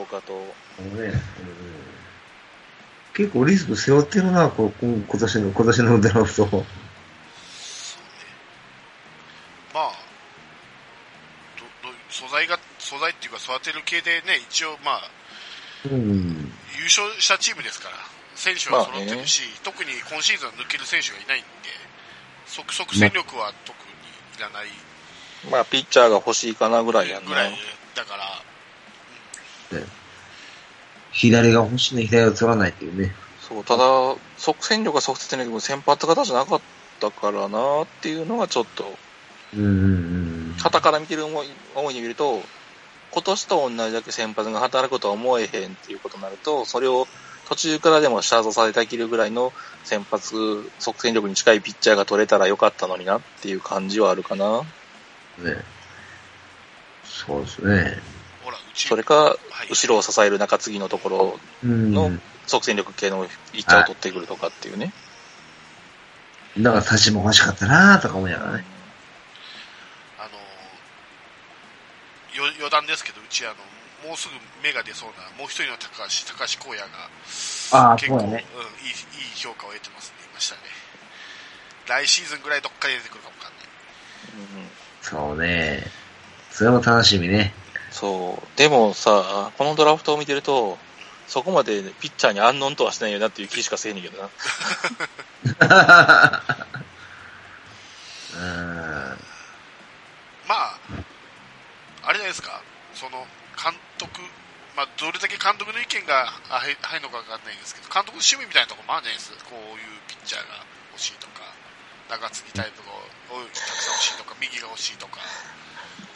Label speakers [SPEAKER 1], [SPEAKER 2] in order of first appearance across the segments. [SPEAKER 1] 岡と。
[SPEAKER 2] ね、結構リスク背負ってるな、こう今年の、今年のドラフト。
[SPEAKER 3] そうね。まあ、ど、ど、素材が、素材っていうか育てる系でね、一応まあ、
[SPEAKER 2] うん。
[SPEAKER 3] 優勝したチームですから、選手は揃ってるし、特に今シーズンは抜ける選手がいないんで、即即戦力は特にいらない
[SPEAKER 1] まあ、ピッチャーが欲しいかなぐらいやん
[SPEAKER 3] ぐら。
[SPEAKER 1] ない
[SPEAKER 3] だから、
[SPEAKER 2] 左が欲しいね、左を取らないっていうね。
[SPEAKER 1] そう、ただ、即戦力が即戦力も先発型じゃなかったからなっていうのがちょっと、
[SPEAKER 2] うんうん
[SPEAKER 1] 肩から見てる思い思いで見ると、今年と同じだけ先発が働くとは思えへんっていうことになると、それを途中からでもシャードされたきるぐらいの先発、即戦力に近いピッチャーが取れたらよかったのになっていう感じはあるかな。
[SPEAKER 2] うん。ね。そうですね。
[SPEAKER 3] ほら、うち、
[SPEAKER 1] それか、
[SPEAKER 3] はい、
[SPEAKER 1] 後ろを支える中継ぎのところ、
[SPEAKER 2] うん。
[SPEAKER 1] の即戦力系のピッチャーを取ってくるとかっていうね。
[SPEAKER 2] だから、立ちも欲しかったなとか思いながらね。
[SPEAKER 3] あの、よ余談ですけど、うちあの、もうすぐ芽が出そうな、もう一人の高橋、高橋光也が、
[SPEAKER 2] ああ、
[SPEAKER 3] 結
[SPEAKER 2] そ
[SPEAKER 3] 構、
[SPEAKER 2] うや
[SPEAKER 3] うん、いい、い
[SPEAKER 2] ね
[SPEAKER 3] い。評価を得てますね、ましたね。来シーズンぐらいどっかで出てくるかもわかんない。
[SPEAKER 1] うん
[SPEAKER 2] そうね。それも楽しみ ね。
[SPEAKER 1] そう。でもさ、このドラフトを見てると、そこまでピッチャーに安穏とはしてないよなっていう気しかせえねんけどな。
[SPEAKER 2] うん。
[SPEAKER 3] まあ、あれじゃないですか、その監督、まあ、どれだけ監督の意見があ入入るのかわかんないですけど、監督の趣味みたいなところもあるじゃないですか、こういうピッチャーが欲しいとか、中継ぎタイプがおたくさん欲しいとか、右が欲しいとか、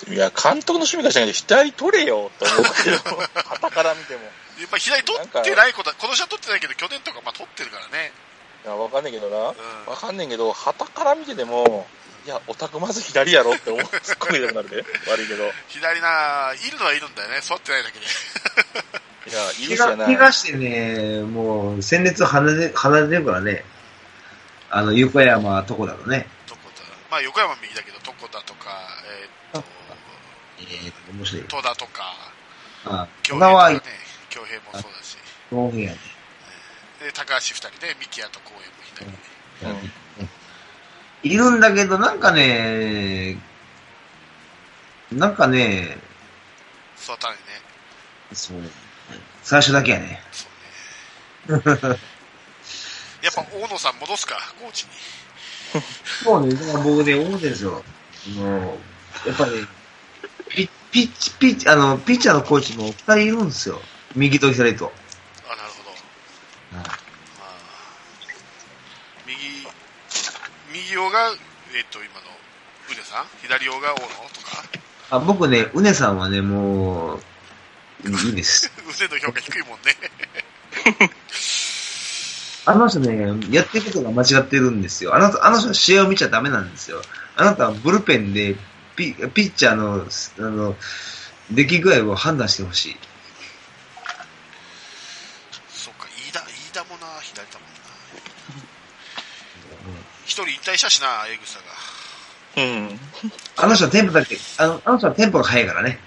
[SPEAKER 1] いや、監督の趣味からしないけど、左取れよと思うけど、 旗から見ても。
[SPEAKER 3] やっぱ左取ってないことは、今年は取ってないけど、去年とかまあ取ってるからね、
[SPEAKER 1] いや、わかんねえけどな。わ
[SPEAKER 3] うん、
[SPEAKER 1] かんねえけど、旗から見てても、いや、オタクまず左やろって 思う。すっごい痛くなるで。悪いけど。い
[SPEAKER 3] 左な、いるのはいるんだよね、育ってないだけで。
[SPEAKER 1] や、いい
[SPEAKER 2] 怪
[SPEAKER 1] しや
[SPEAKER 2] 我
[SPEAKER 1] な。
[SPEAKER 2] 怪我してね、もう、戦列離れ、離れてるからね。あの、横山はとこだろうね。
[SPEAKER 3] どこだまあ、横山右だけど、どこだとか、えーっ
[SPEAKER 2] ええー、面白い。
[SPEAKER 3] と、戸田とか、
[SPEAKER 2] あ、
[SPEAKER 3] 京
[SPEAKER 2] 小
[SPEAKER 3] 平と
[SPEAKER 2] 川
[SPEAKER 3] か
[SPEAKER 2] 行
[SPEAKER 3] ね
[SPEAKER 2] く、
[SPEAKER 3] 京平もそうだし。
[SPEAKER 2] 方面やね。
[SPEAKER 3] で高橋二人で、ミキヤと公園も左に。
[SPEAKER 1] うん
[SPEAKER 2] いるんだけど、なんかね、なんかね、
[SPEAKER 3] 育たないね。
[SPEAKER 2] そう、最初だけやね。
[SPEAKER 3] そうね。やっぱ大野さん戻すか、コーチに。
[SPEAKER 2] そうね、だから僕ね、思うんですよ。あのやっぱり、ピピッチ、ピッチ、あの、ピッチャーのコーチも二人いるんですよ。右と左と。
[SPEAKER 3] あ、なるほど。あー右、右用が、えっと、今の、ウデさん左用が大野とか
[SPEAKER 2] あ僕ね、うねさんはね、もう、いいです。
[SPEAKER 3] ウデの評価低いもんね。
[SPEAKER 2] あの人ね、やってることが間違ってるんですよ。あの人、あの人は試合を見ちゃダメなんですよ。あなたはブルペンでピ、ピッチャーの、あの、出来具合を判断してほしい。
[SPEAKER 3] そっか、飯田、飯田もな、左だもんな。一人引退したしな、エグサが。
[SPEAKER 1] うん。
[SPEAKER 2] あの人はテンポだけ、あのあの人はテンポが速いからね。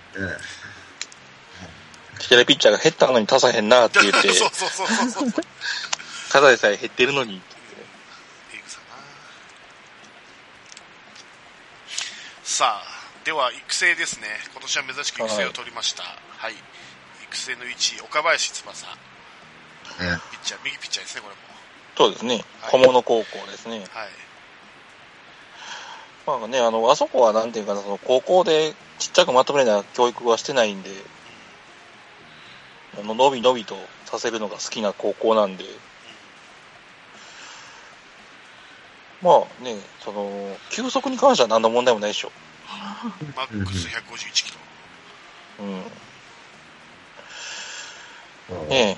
[SPEAKER 1] 左ピッチャーが減ったのに足さへんなって 言って、
[SPEAKER 3] そうそうそうそうそう。
[SPEAKER 1] ただでさえ減ってるのに。
[SPEAKER 3] エグさなさあでは育成ですね今年は珍しく育成を取りましたはい、育成の1位岡林翼
[SPEAKER 2] うん。うん
[SPEAKER 3] ピッチャー右ピッチャーですねこれも
[SPEAKER 1] そうですね。小物高校ですね。
[SPEAKER 3] はい
[SPEAKER 1] まあね、あの、あそこはなんていうかな、その高校でちっちゃくまとめるような教育はしてないんで、あの、伸び伸びとさせるのが好きな高校なんで、まあね、その、球速に関しては何の問題もないでしょ。
[SPEAKER 3] マックス151キロ
[SPEAKER 1] うん。ねえ。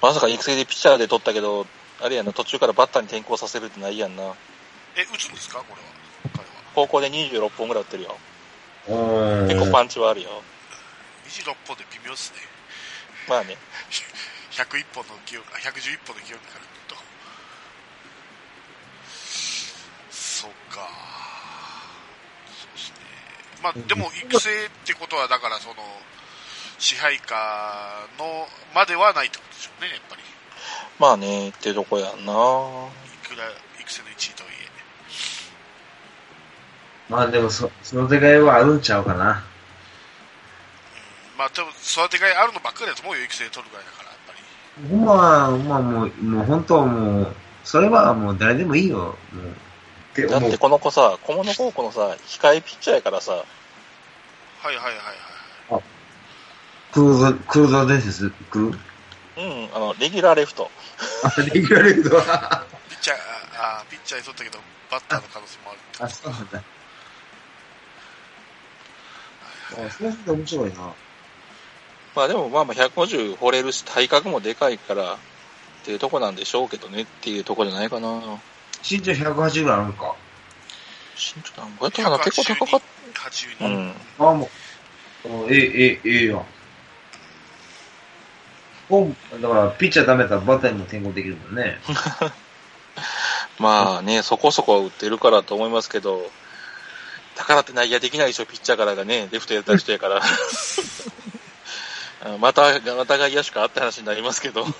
[SPEAKER 1] まさか育成でピッチャーで取ったけど、あれやな、途中からバッターに転向させるってないやんな。
[SPEAKER 3] え打つんですかこれは彼は
[SPEAKER 1] 高校で26本ぐらい打ってるよ。
[SPEAKER 2] うん
[SPEAKER 1] 結構パンチはあるよ。
[SPEAKER 3] 26本で微妙ですね
[SPEAKER 1] まあね。
[SPEAKER 3] 101本の記憶あ111本の記憶からとそうかそうですねまあでも育成ってことはだからその支配下のまではないってことでしょうね、やっぱり。
[SPEAKER 1] まあね、ってとこやんな。
[SPEAKER 3] いくら、育成の1位とはいえ。
[SPEAKER 2] まあでもそ、その手替えはあるんちゃうかな。
[SPEAKER 3] まあ、多分育てがいあるのばっかりだと思うよ、育成取るぐらいだから、やっぱり。
[SPEAKER 2] ほんまは、ほんまもう、もう本当はもう、それはもう誰でもいいよ。もうって
[SPEAKER 1] だ
[SPEAKER 2] 思
[SPEAKER 1] っ
[SPEAKER 2] う
[SPEAKER 1] て。この子さ、小物高校のさ、控えピッチャーやからさ、
[SPEAKER 3] はいはいはいはい。
[SPEAKER 2] クルーザ、クルーザー伝説、クルー
[SPEAKER 1] うん、あの、レギュラーレフト。
[SPEAKER 2] あ、レギュラーレフトは。
[SPEAKER 3] ピッチャー、ああ、ピッチャーに取ったけど、バッターの可能性もあるって
[SPEAKER 2] あ、そうなんだ。あ、そうすると面白いな。
[SPEAKER 1] まあでもまあまあ150掘れるし、体格もでかいから、っていうとこなんでしょうけどねっていうとこじゃないかな。
[SPEAKER 2] 身長180ぐらいあるんか。
[SPEAKER 1] 身長なんぼやったかな結構高かっ
[SPEAKER 3] 82
[SPEAKER 1] た。うん。
[SPEAKER 2] あ、もう、あええ、ええ、ええやん。おだから、ピッチャーダメだったらバッターにも転向できるもんね。
[SPEAKER 1] まあね、そこそこは打ってるからと思いますけど、だからって内野できないでしょ、ピッチャーからがね、レフトやった人や から。あまた、また外野手かって話になりますけ ど。そ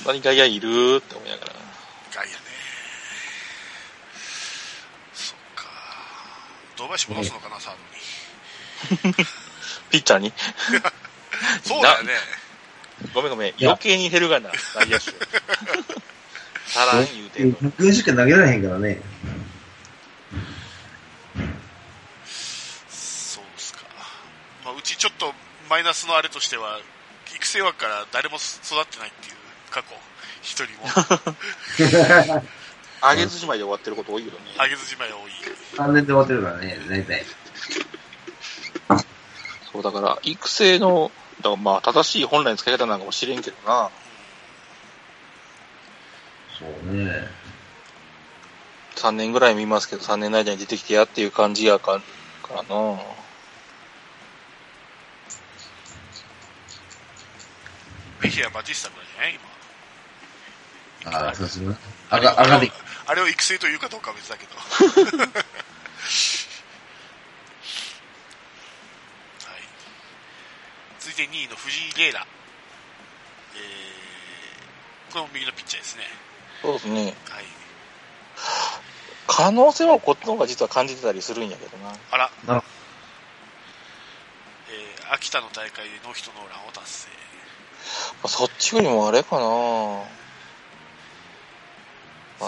[SPEAKER 1] んなに外野いるって思いながら。
[SPEAKER 3] 外野ね。そっか。堂林戻すのかな、サードに。
[SPEAKER 1] ピッチャーに
[SPEAKER 3] そうだよね。
[SPEAKER 1] ごめんごめん。
[SPEAKER 2] いや
[SPEAKER 1] 余計に減るがな、外 野手。さらに言うてんのに。
[SPEAKER 2] 140しか投げられへんからね。
[SPEAKER 3] そうっすか。まあ、うちちょっとマイナスのあれとしては、育成枠から誰も育ってないっていう過去、一人も
[SPEAKER 1] 上げずじまいで終わってること多いけどね。
[SPEAKER 3] 上げずじまいが多い。
[SPEAKER 2] 3年で終わってるからね、大体。
[SPEAKER 1] そう、だから、育成の、だからまあ、正しい本来の使い方なんかもしれんけどな。
[SPEAKER 2] そうね。
[SPEAKER 1] 3年ぐらい見ますけど、3年の間に出てきてやっていう感じやかからな。
[SPEAKER 3] メヒア、バティスタぐらいじゃない今。
[SPEAKER 2] ああ、そうする
[SPEAKER 3] あ
[SPEAKER 2] あが、あがで、
[SPEAKER 3] あれを育成というかどうかは別だけど。 はい、続いて2位の藤井玲ラえー、これも右のピッチャーですね。
[SPEAKER 1] そうですね。
[SPEAKER 3] はい。
[SPEAKER 1] 可能性はこっちの方が実は感じてたりするんやけどな。
[SPEAKER 3] あら。
[SPEAKER 2] なる
[SPEAKER 3] えー、秋田の大会でノーヒットノーランを達成。
[SPEAKER 1] そっちよりもあれかな。あ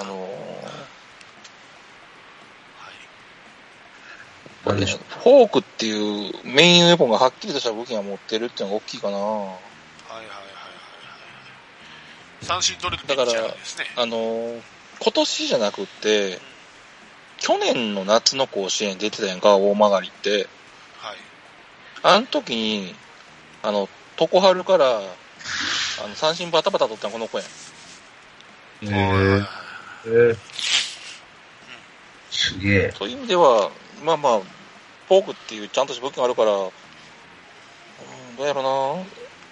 [SPEAKER 1] の
[SPEAKER 3] は
[SPEAKER 1] ー、
[SPEAKER 3] い。
[SPEAKER 2] なんでしょう。
[SPEAKER 1] フォークっていうメインウェポンがはっきりとした武器が持ってるっていうのが大きいかな。
[SPEAKER 3] はいはいはいはいはい。三振取れるピッチャーですね。
[SPEAKER 1] あのー、今年じゃなくって、去年の夏の甲子園に出てたやんか、大曲りって。
[SPEAKER 3] はい。
[SPEAKER 1] あの時に、あの、常春から、あの、三振バタバタ取ったのこの子やん。
[SPEAKER 2] え
[SPEAKER 3] はい
[SPEAKER 2] ーえー、すげえ。
[SPEAKER 1] という意味では、まあまあ、フォークっていうちゃんとした武器があるから、うんどうやろ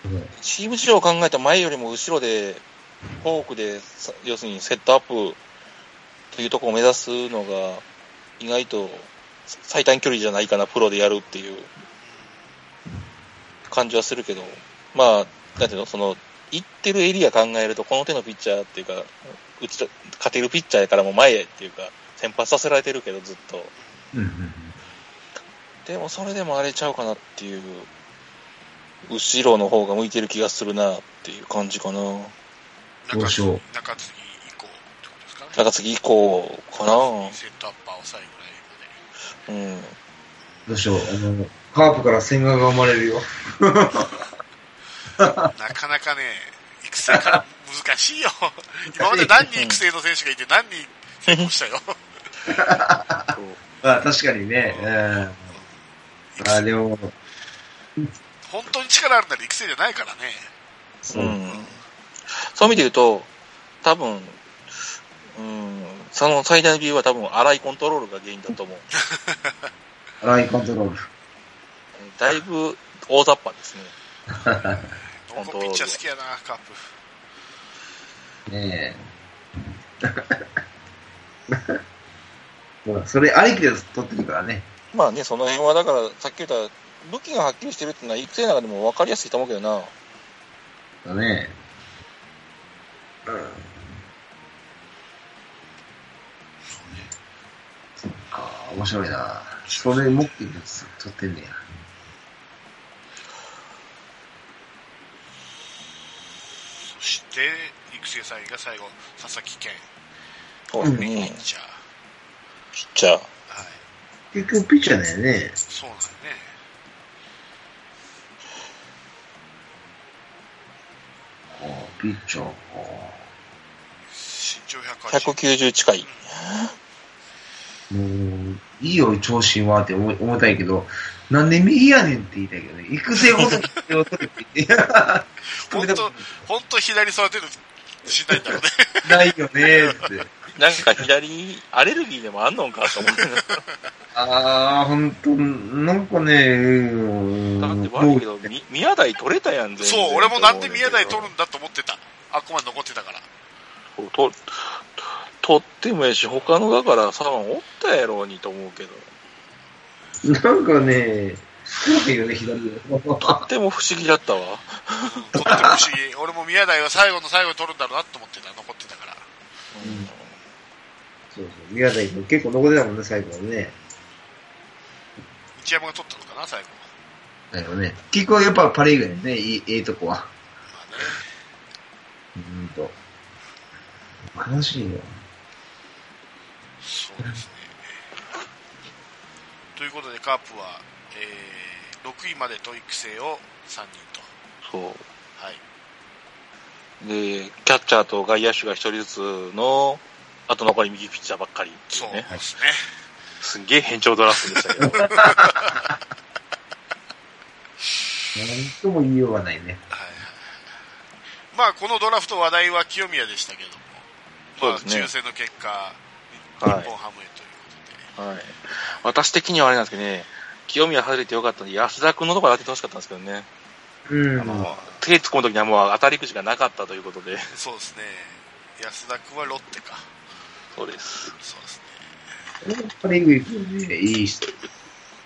[SPEAKER 2] うん
[SPEAKER 1] な、チーム事情を考えた前よりも後ろで、フォークで、さ要するにセットアップというところを目指すのが、意外と最短距離じゃないかな、プロでやるっていう感じはするけど、まあ、なんていうの、その、行ってるエリア考えると、この手のピッチャーっていうか、うちら、勝てるピッチャーやからもう前へっていうか、先発させられてるけど、ずっと。
[SPEAKER 2] うんうん
[SPEAKER 1] でもそれでもあれちゃうかなっていう、後ろの方が向いてる気がするなっていう感じかな。
[SPEAKER 2] ど
[SPEAKER 3] 中
[SPEAKER 2] うし
[SPEAKER 3] 継
[SPEAKER 2] よ
[SPEAKER 3] ぎ
[SPEAKER 2] う、
[SPEAKER 3] 中継ぎ以降ってことですかね。
[SPEAKER 1] 中継ぎ以降かな。
[SPEAKER 3] セットアッパーを最後ぐらいまで。
[SPEAKER 1] うん。
[SPEAKER 2] どうしよう。あの、カープから千賀が生まれるよ。
[SPEAKER 3] なかなかね、育成から難しいよ。今まで何人育成の選手がいて何人成功したよ。
[SPEAKER 2] あ確かにね。うん。あでも、
[SPEAKER 3] 本当に力あるなら育成じゃないからね。
[SPEAKER 2] そうう。
[SPEAKER 1] ん。そういう意味で言うと、多分、うん、その最大の理由は多分、荒いコントロールが原因だと思う。
[SPEAKER 2] ラインコントロール。
[SPEAKER 1] だいぶ大雑把ですね。
[SPEAKER 3] ノーコンピッチャー好きやな、カープ。
[SPEAKER 2] ね え。ほらそれありきで撮ってるからね。
[SPEAKER 1] まあね、その辺はだから、さっき言った武器がはっきりしてるっていうのは、育成の中でも分かりやすいと思うけどな。
[SPEAKER 2] だね。ああ、面白いな。それ持ってるやつ撮ってんねや。
[SPEAKER 3] そして、育成祭が最後、佐々木健、
[SPEAKER 1] そう
[SPEAKER 2] です
[SPEAKER 1] ね。ピッ
[SPEAKER 3] じゃあ、
[SPEAKER 1] チャー。
[SPEAKER 3] はい、
[SPEAKER 2] 結局ピッチャーだよね。
[SPEAKER 3] そうなんだよね。
[SPEAKER 2] ああ、ピッチャーか。
[SPEAKER 3] 身長180。
[SPEAKER 1] 190近い。
[SPEAKER 2] もう、いいよ、長身はって思い思いたいけど、なんで右やねんって言いたいけどね。育成ほど必要取れって。いや、
[SPEAKER 3] 本当、本当左育てるの自信ないんだろうね。
[SPEAKER 2] ないよねって。
[SPEAKER 1] なんか左、アレルギーでもあんのんかと思って。
[SPEAKER 2] ああ、ほんと、なんかね、うん
[SPEAKER 1] だって悪いけど
[SPEAKER 2] も、
[SPEAKER 1] み宮台取れたやん、全然
[SPEAKER 3] そう、俺もなんで宮台取るんだと思ってた。あっこまで残ってたから。
[SPEAKER 1] そうと取ってもええし、他のだからサワンおったやろうにと思うけど。
[SPEAKER 2] うなんかね、怖いよね、左で。
[SPEAKER 1] とっても不思議だったわ。
[SPEAKER 3] うん取ってほしい。俺も宮台は最後の最後に取るんだろうなと思ってた。残ってたから。
[SPEAKER 2] んそうそう、宮台君結構残ってたもんね、最後はね。
[SPEAKER 3] 内山が取ったのかな、最後。
[SPEAKER 2] だよね。結構やっぱパレーグやね、いいええとこは。
[SPEAKER 3] まあね。
[SPEAKER 2] うーんと。悲しいよ。
[SPEAKER 3] そうですね。ということで、カープは、えー、6位までと育成を3人と。
[SPEAKER 1] そ
[SPEAKER 3] はい。
[SPEAKER 1] う。で、キャッチャーと外野手が一人ずつの、あと残り右ピッチャーばっかりって
[SPEAKER 3] そ
[SPEAKER 1] いうう
[SPEAKER 3] で
[SPEAKER 1] ね。
[SPEAKER 3] すね。
[SPEAKER 1] すんげえ変調ドラフトでしたけど。
[SPEAKER 2] なんとも言いようがないね。
[SPEAKER 3] はいはいまあ、このドラフト話題は清宮でしたけども、まあ、
[SPEAKER 1] そうですね
[SPEAKER 3] 抽選の結果、日
[SPEAKER 1] はい
[SPEAKER 3] 本ハムへということで、
[SPEAKER 1] はい。私的にはあれなんですけどね、清宮外れてよかったんで、安田君のところ当ててほしかったんですけどね。
[SPEAKER 2] うん。
[SPEAKER 3] あの
[SPEAKER 1] 手突っ込む時にはもう当たりくじがなかったということ で。
[SPEAKER 3] そうですね、安田君はロッテか、
[SPEAKER 1] そうです。
[SPEAKER 3] そうですね、
[SPEAKER 2] パレーグ行くよね、いい人。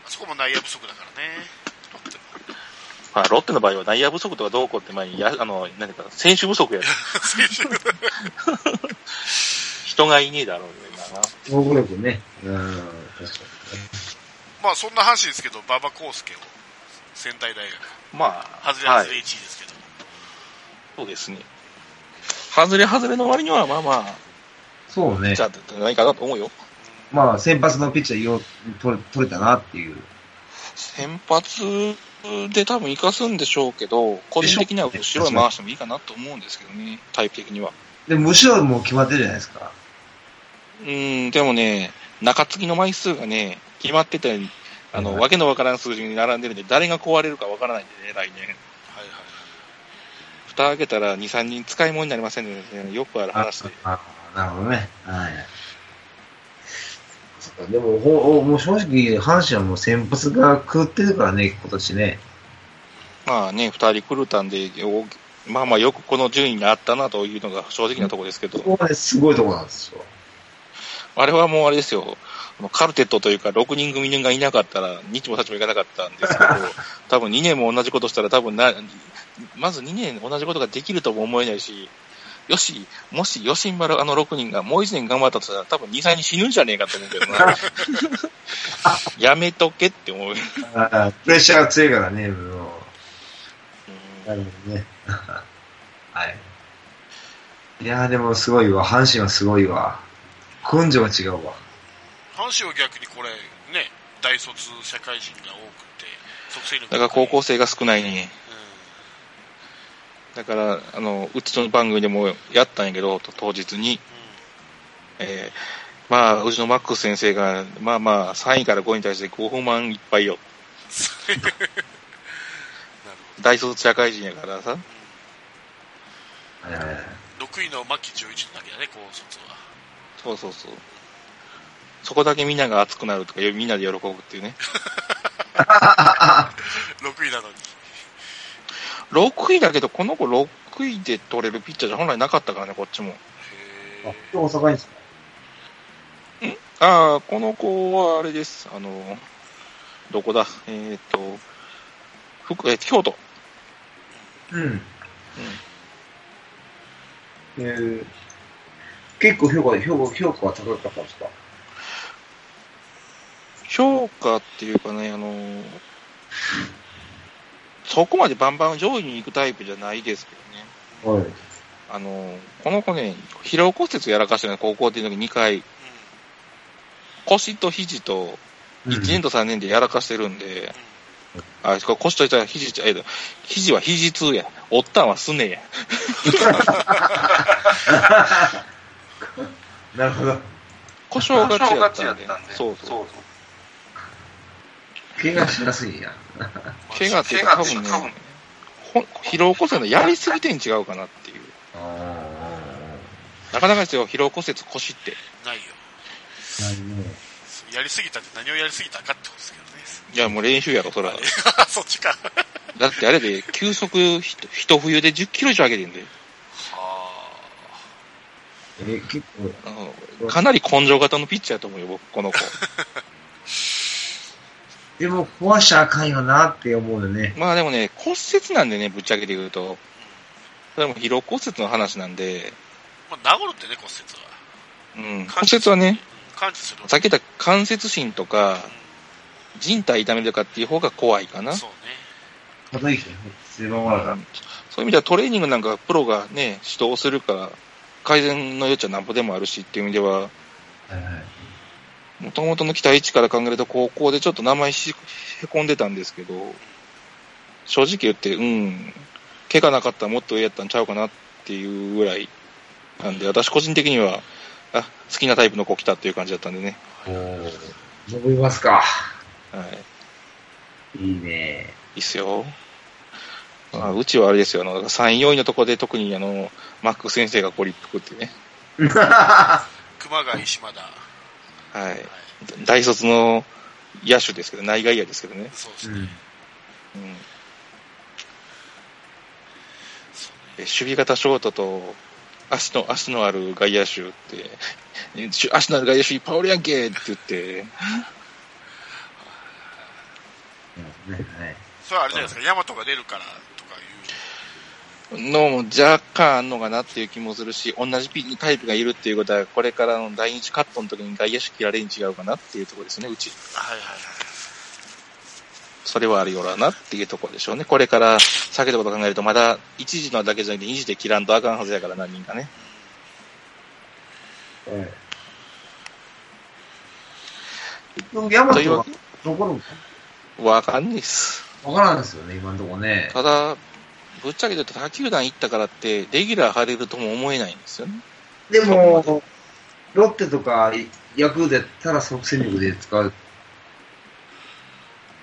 [SPEAKER 3] あそこも内野不足だからね、ロッテも
[SPEAKER 1] まあ、ロッテの場合は内野不足とかどうこうって前に、やあの、何か、選手不足や。
[SPEAKER 3] 選手が
[SPEAKER 1] 人がいねえだろうね、今な。
[SPEAKER 2] 総合力ね。うん、確か
[SPEAKER 3] まあそんな話ですけど、馬場康介を仙台大学、
[SPEAKER 1] まあ、
[SPEAKER 3] 外れ外
[SPEAKER 1] は
[SPEAKER 3] れ1位
[SPEAKER 1] い、
[SPEAKER 3] ですけど、
[SPEAKER 1] そうですね。外れ外れの割には、まあまあ、
[SPEAKER 2] に。そうね
[SPEAKER 1] じゃ。あ、何かなと思うよ。
[SPEAKER 2] まあ、先発のピッチャーよ取れ取れたなっていう。
[SPEAKER 1] 先発で多分生かすんでしょうけど、個人的には後ろへ回してもいいかなと思うんですけどね、タイプ的には。
[SPEAKER 2] で、むしろもう決まってるじゃないですか。
[SPEAKER 1] うん、でもね、中継ぎの枚数がね、決まってたように、あの、
[SPEAKER 2] はい
[SPEAKER 1] わけのわからん数字に並んでるんで、誰が壊れるかわからないんでね、来年。
[SPEAKER 3] はいはい
[SPEAKER 1] 蓋開けたら2、3人使い物になりませんので、ね、よくある話で。
[SPEAKER 2] ああなるほどね。はい。そっかでも、ほおもう正直、阪神はもう先発が食ってるからね、今年ね。
[SPEAKER 1] まあね、2人来るたんで、おまあまあよくこの順位にあったなというのが正直なところですけ
[SPEAKER 2] そ
[SPEAKER 1] ど、
[SPEAKER 2] こはね、すごいとこなんですよ。
[SPEAKER 1] あれはもうあれですよ、あのカルテットというか6人組がいなかったら、日も立ちもいかなかったんですけど、多分2年も同じことしたら、多分な、まず2年同じことができるとも思えないし、よし、もし吉村あの6人がもう1年頑張ったとしたら、多分2、3に死ぬんじゃねえかと思うけどな。やめとけって思う。
[SPEAKER 2] ああプレッシャーが強いからね、もう。なるほどね。はい。いやーでもすごいわ。阪神はすごいわ。根性が違うわ。
[SPEAKER 3] 阪神は逆にこれ、ね、大卒社会人が多くて、即戦力
[SPEAKER 1] だから高校
[SPEAKER 3] 生、
[SPEAKER 1] 生が少ないね。
[SPEAKER 3] う
[SPEAKER 1] だから、あの、うちの番組でもやったんやけど、と当日に、
[SPEAKER 3] んうん
[SPEAKER 1] えーまあ、うちのマックス先生が、まあまあ、3位から5位に対して5万いっぱいよ。
[SPEAKER 3] そういうなるほ
[SPEAKER 1] 大卒社会人やからさ。
[SPEAKER 2] はいはいはい。
[SPEAKER 3] ど。6位の牧十一のだけだね、高卒 は。
[SPEAKER 1] そうそうそう。そこだけみんなが熱くなるとか、よみんなで喜ぶっていうね。
[SPEAKER 3] 6位なのに。
[SPEAKER 1] 6位だけど、この子6位で取れるピッチャーじゃ本来なかったからね、こっちも。
[SPEAKER 3] へ
[SPEAKER 2] あ
[SPEAKER 3] ー、
[SPEAKER 2] 今日大阪にですか
[SPEAKER 1] ああ、この子はあれです。あの、どこだえっ、と、福えー京都。
[SPEAKER 2] うん。えー、結構評価、評価、評価は高かったんですか
[SPEAKER 1] 評価っていうかね、あのーそこまでバンバン上位に行くタイプじゃないですけどね。
[SPEAKER 2] はい。
[SPEAKER 1] あのーこの子ね、疲労骨折やらかしてね、高校っていう時2回、腰と肘と、1年と3年でやらかしてるんで、あ、これ腰とした肘ちゃ、えー肘は肘痛や。おったんはすねや。
[SPEAKER 2] なるほど。
[SPEAKER 1] 故障がち
[SPEAKER 4] 正
[SPEAKER 1] やっ
[SPEAKER 4] 月や
[SPEAKER 1] たん
[SPEAKER 4] っ
[SPEAKER 1] で。
[SPEAKER 4] たんで。
[SPEAKER 1] そうそう。
[SPEAKER 2] 怪我しやすいんや。
[SPEAKER 1] 怪我っていうか多
[SPEAKER 4] 怪我
[SPEAKER 1] 分ね
[SPEAKER 4] っていうか、
[SPEAKER 1] ほん疲労骨折のやりすぎてん違うかなっていう。
[SPEAKER 2] あ
[SPEAKER 1] なかなかですよ、疲労骨折腰って。
[SPEAKER 3] ないよ。
[SPEAKER 2] あ。なるほど。
[SPEAKER 3] やりすぎたって何をやりすぎたかってことですけどね。
[SPEAKER 1] いや、もう練習やろ、そら。
[SPEAKER 3] そっちか。
[SPEAKER 1] だってあれで、急速ひと、一冬で10キロ以上上げてんで、
[SPEAKER 3] あ
[SPEAKER 2] えー、結構、
[SPEAKER 1] あのかなり根性型のピッチャーやと思うよ、僕、この子。
[SPEAKER 2] でも壊しちゃあかんよなって思うよね。
[SPEAKER 1] まあでもね、骨折なんでね、ぶっちゃけて言うと。それも疲労骨折の話なんで、
[SPEAKER 3] まあ、治るってね、骨折は。
[SPEAKER 1] うん、骨折はね、
[SPEAKER 3] うん感知する。
[SPEAKER 1] さっき言った関節心とか
[SPEAKER 3] う、
[SPEAKER 1] 人体痛めるとかっていう方が怖いかな。
[SPEAKER 3] ん
[SPEAKER 1] そ
[SPEAKER 3] そうね。
[SPEAKER 2] 叩いて、狭まらな
[SPEAKER 1] ういう意味ではトレーニングなんかプロがね、指導するから、改善の余地はなんぼでもあるしっていう意味では、
[SPEAKER 2] はいはい。
[SPEAKER 1] もともとの期待値から考えると、高校でちょっと名前しへこんでたんですけど、正直言って、うん、怪我なかったらもっと上やったんちゃうかなっていうぐらいなんで、私個人的には、あ、好きなタイプの子来たっていう感じだったんでね。
[SPEAKER 2] おー伸びますか。
[SPEAKER 1] はい。
[SPEAKER 2] いいね。
[SPEAKER 1] いいっすよ。まあ、うちはあれですよ、あの、3位、4位のとこで特にあの、マック先生がご立腹っていうね。
[SPEAKER 3] 熊谷、島田。は
[SPEAKER 1] はい
[SPEAKER 3] い。。
[SPEAKER 1] 大卒の野手ですけど、内外野ですけどね。
[SPEAKER 3] そうです
[SPEAKER 2] う
[SPEAKER 3] ね。
[SPEAKER 2] ん。
[SPEAKER 1] うん。
[SPEAKER 3] そうね
[SPEAKER 1] え守備型ショートと足の足のある外野手って えし足のある外野手いっぱいおるやんけって言って
[SPEAKER 2] はいはい。
[SPEAKER 3] それはあれじゃないですか、ヤマトが出るからとかいう。
[SPEAKER 1] のも若干あんのかなっていう気もするし同じピタイプがいるっていうことはこれからの第二次カットの時に外野手切られに違うかなっていうところですねうち
[SPEAKER 3] はいはいはい。
[SPEAKER 1] それはあるよらなっていうところでしょうねこれから避けたことを考えるとまだ一時のだけじゃなくて二時で切らんとあかんはずやから何人かね
[SPEAKER 2] はい。ヤマ
[SPEAKER 1] という
[SPEAKER 2] ト
[SPEAKER 1] わ
[SPEAKER 2] は残るの
[SPEAKER 1] わかんないっす
[SPEAKER 2] わからんですよね、今のところね。
[SPEAKER 1] ただぶっちゃけて言うと他球団行ったからってレギュラー張れるとも思えないんですよね
[SPEAKER 2] でも、ロッテとかヤクルトやったら即戦力で使う。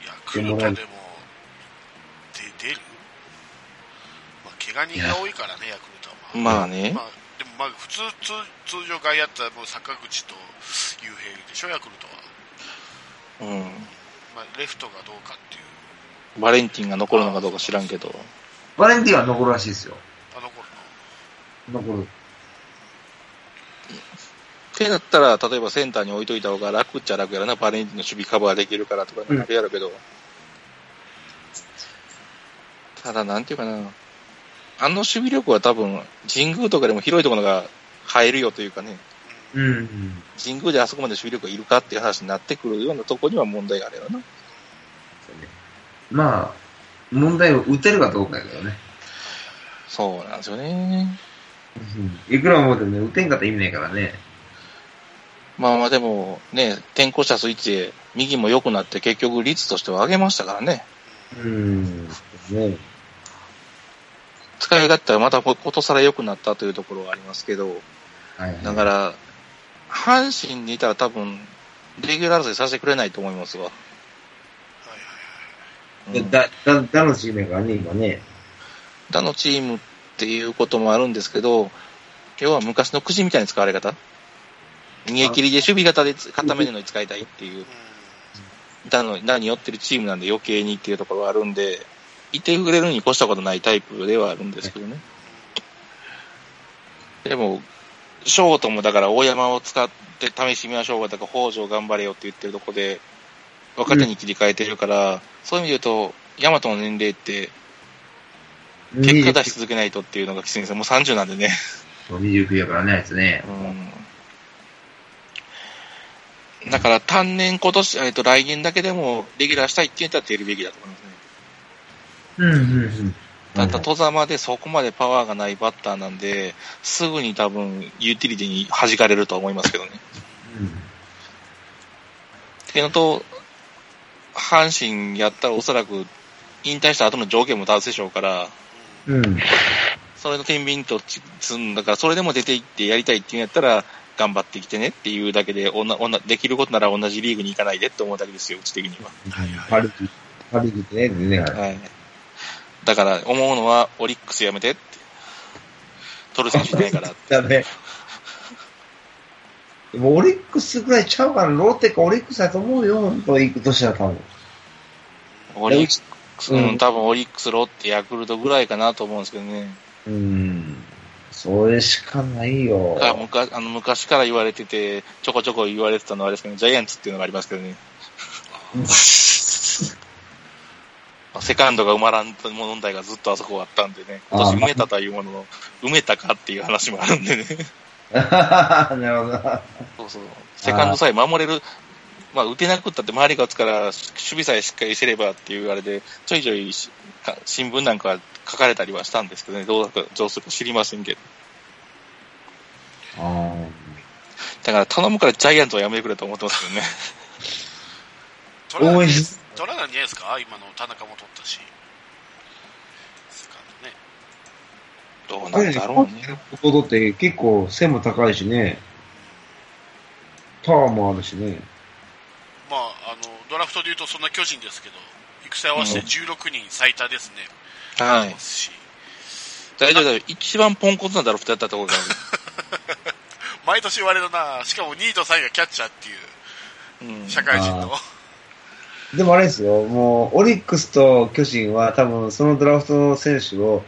[SPEAKER 3] ヤクルトでも、で出るまあ、怪我人が多いからね、ヤクルトは、
[SPEAKER 1] まあね、
[SPEAKER 3] まあ、でもまあ普通通通常外野ってもう坂口と雄平でしょヤクルトは、
[SPEAKER 1] う、
[SPEAKER 3] まあ、レフトがどうかっていうん
[SPEAKER 1] バレンティンが残るのかどうか知らんけど、
[SPEAKER 2] バレンティンは残るらしいですよ。
[SPEAKER 3] あの頃の
[SPEAKER 2] 残る。
[SPEAKER 1] 手だったら、例えばセンターに置いといた方が楽っちゃ楽やらな、バレンティンの守備カバーできるからとか
[SPEAKER 2] うん
[SPEAKER 1] なるやろうけど、ただ、なんていうかな、あの守備力は多分、神宮とかでも広いところが入るよというかね、
[SPEAKER 2] うん。
[SPEAKER 1] 神宮であそこまで守備力がいるかっていう話になってくるようなところには問題があるよな。
[SPEAKER 2] まあ、問題を打てるかどうかやけどね。
[SPEAKER 1] そうなんですよね。
[SPEAKER 2] いくら思うてもね、打てんかったら意味ないからね。
[SPEAKER 1] まあまあでも、ね、転校したスイッチで右も良くなって結局率としては上げましたからね。
[SPEAKER 2] うん。ね
[SPEAKER 1] 使い勝手はまたことさら良くなったというところはありますけど、
[SPEAKER 2] はい。
[SPEAKER 1] だから、阪神にいたら多分、レギュラー争いさせてくれないと思いますわ。
[SPEAKER 3] はいはい
[SPEAKER 1] うん
[SPEAKER 2] だ、だ、だのチームやからね、今ね。
[SPEAKER 1] 他のチームっていうこともあるんですけど、要は昔のくじみたいな使われ方。逃げ切りで守備型でつ固めるのに使いたいっていう、
[SPEAKER 3] はい
[SPEAKER 1] 他の、何寄ってるチームなんで余計にっていうところはあるんで、いてくれるに越したことないタイプではあるんですけどね。でも、ショートもだから大山を使って試してみましょうが、だから北条頑張れよって言ってるとこで、若手に切り替えてるから、そういう意味で言うと、ヤマトの年齢って、結果出し
[SPEAKER 2] 29
[SPEAKER 1] 続けないとっていうのがきついんですよ。もう30なんでね。
[SPEAKER 2] 29やからね、あいつね。
[SPEAKER 1] うん。だから、単年今年、えっと、来年だけでも、レギュラーした一件立っているべきだと思いますね。
[SPEAKER 2] うん、うん、うん。
[SPEAKER 1] ただ、戸様でそこまでパワーがないバッターなんで、すぐに多分、ユーティリティに弾かれるとは思いますけどね。っていうのと、阪神やったらおそらく、引退した後の条件も出すでしょうから、
[SPEAKER 2] うん。うん。
[SPEAKER 1] それの天秤とち積んだから、それでも出ていってやりたいっていうんやったら、頑張ってきてねっていうだけで、おなおなできることなら同じリーグに行かないでって思うだけですよ、うち的には。
[SPEAKER 3] はいはい
[SPEAKER 2] パルキ、パルキってね、ね、
[SPEAKER 1] はい。だから、思うのは、オリックスやめてって。取る選手いないから。
[SPEAKER 2] だね。でもオリックスぐらいちゃうから、ローテかオリックスだと思うよ、本当行く年は多分。
[SPEAKER 1] オリックス、
[SPEAKER 2] うん
[SPEAKER 1] うん、多分オリックス、ロッテ、ヤクルトぐらいかなと思うんですけどね。
[SPEAKER 2] うん。それしかないよ
[SPEAKER 1] だ。からむかあの昔から言われてて、ちょこちょこ言われてたのはあれですけど、ジャイアンツっていうのがありますけどね。 セカンドが埋まらんと問題がずっとあそこはあったんでね、今年埋めたとはいうものの、埋めたかっていう話もあるんでね、
[SPEAKER 2] なるほど。
[SPEAKER 1] そうそう、セカンドさえ守れる、まあ、打てなくったって周りが打つから、守備さえしっかりしてればっていうあれで、ちょいちょいしか新聞なんか書かれたりはしたんですけどね、どうだかどうするか知りませんけど、
[SPEAKER 2] あ
[SPEAKER 1] だから頼むからジャイアンツはやめてくれと思ってますけどね。
[SPEAKER 3] トラ
[SPEAKER 2] 応援
[SPEAKER 3] 取
[SPEAKER 2] し、
[SPEAKER 3] らないんじゃないですか今の田中も取ったし。セカンド
[SPEAKER 1] ど
[SPEAKER 3] ね。
[SPEAKER 1] う
[SPEAKER 2] あ
[SPEAKER 1] なん
[SPEAKER 2] れ、
[SPEAKER 1] だろうね。
[SPEAKER 2] ここって結構背も高いしね。パワーもあるしね。
[SPEAKER 3] まあ、あの、ドラフトで言うとそんな巨人ですけど、育成合わせて16人最多ですね。
[SPEAKER 1] はい
[SPEAKER 3] ま。すし
[SPEAKER 1] 大丈夫、大丈夫。一番ポンコツなドラフトやったところが
[SPEAKER 3] 毎年言われるなしかも2位と3位がキャッチャーっていう、
[SPEAKER 1] ある。うん。
[SPEAKER 3] 社会人の。
[SPEAKER 2] でもあれですよ、もう、オリックスと巨人は多分そのドラフトの選手を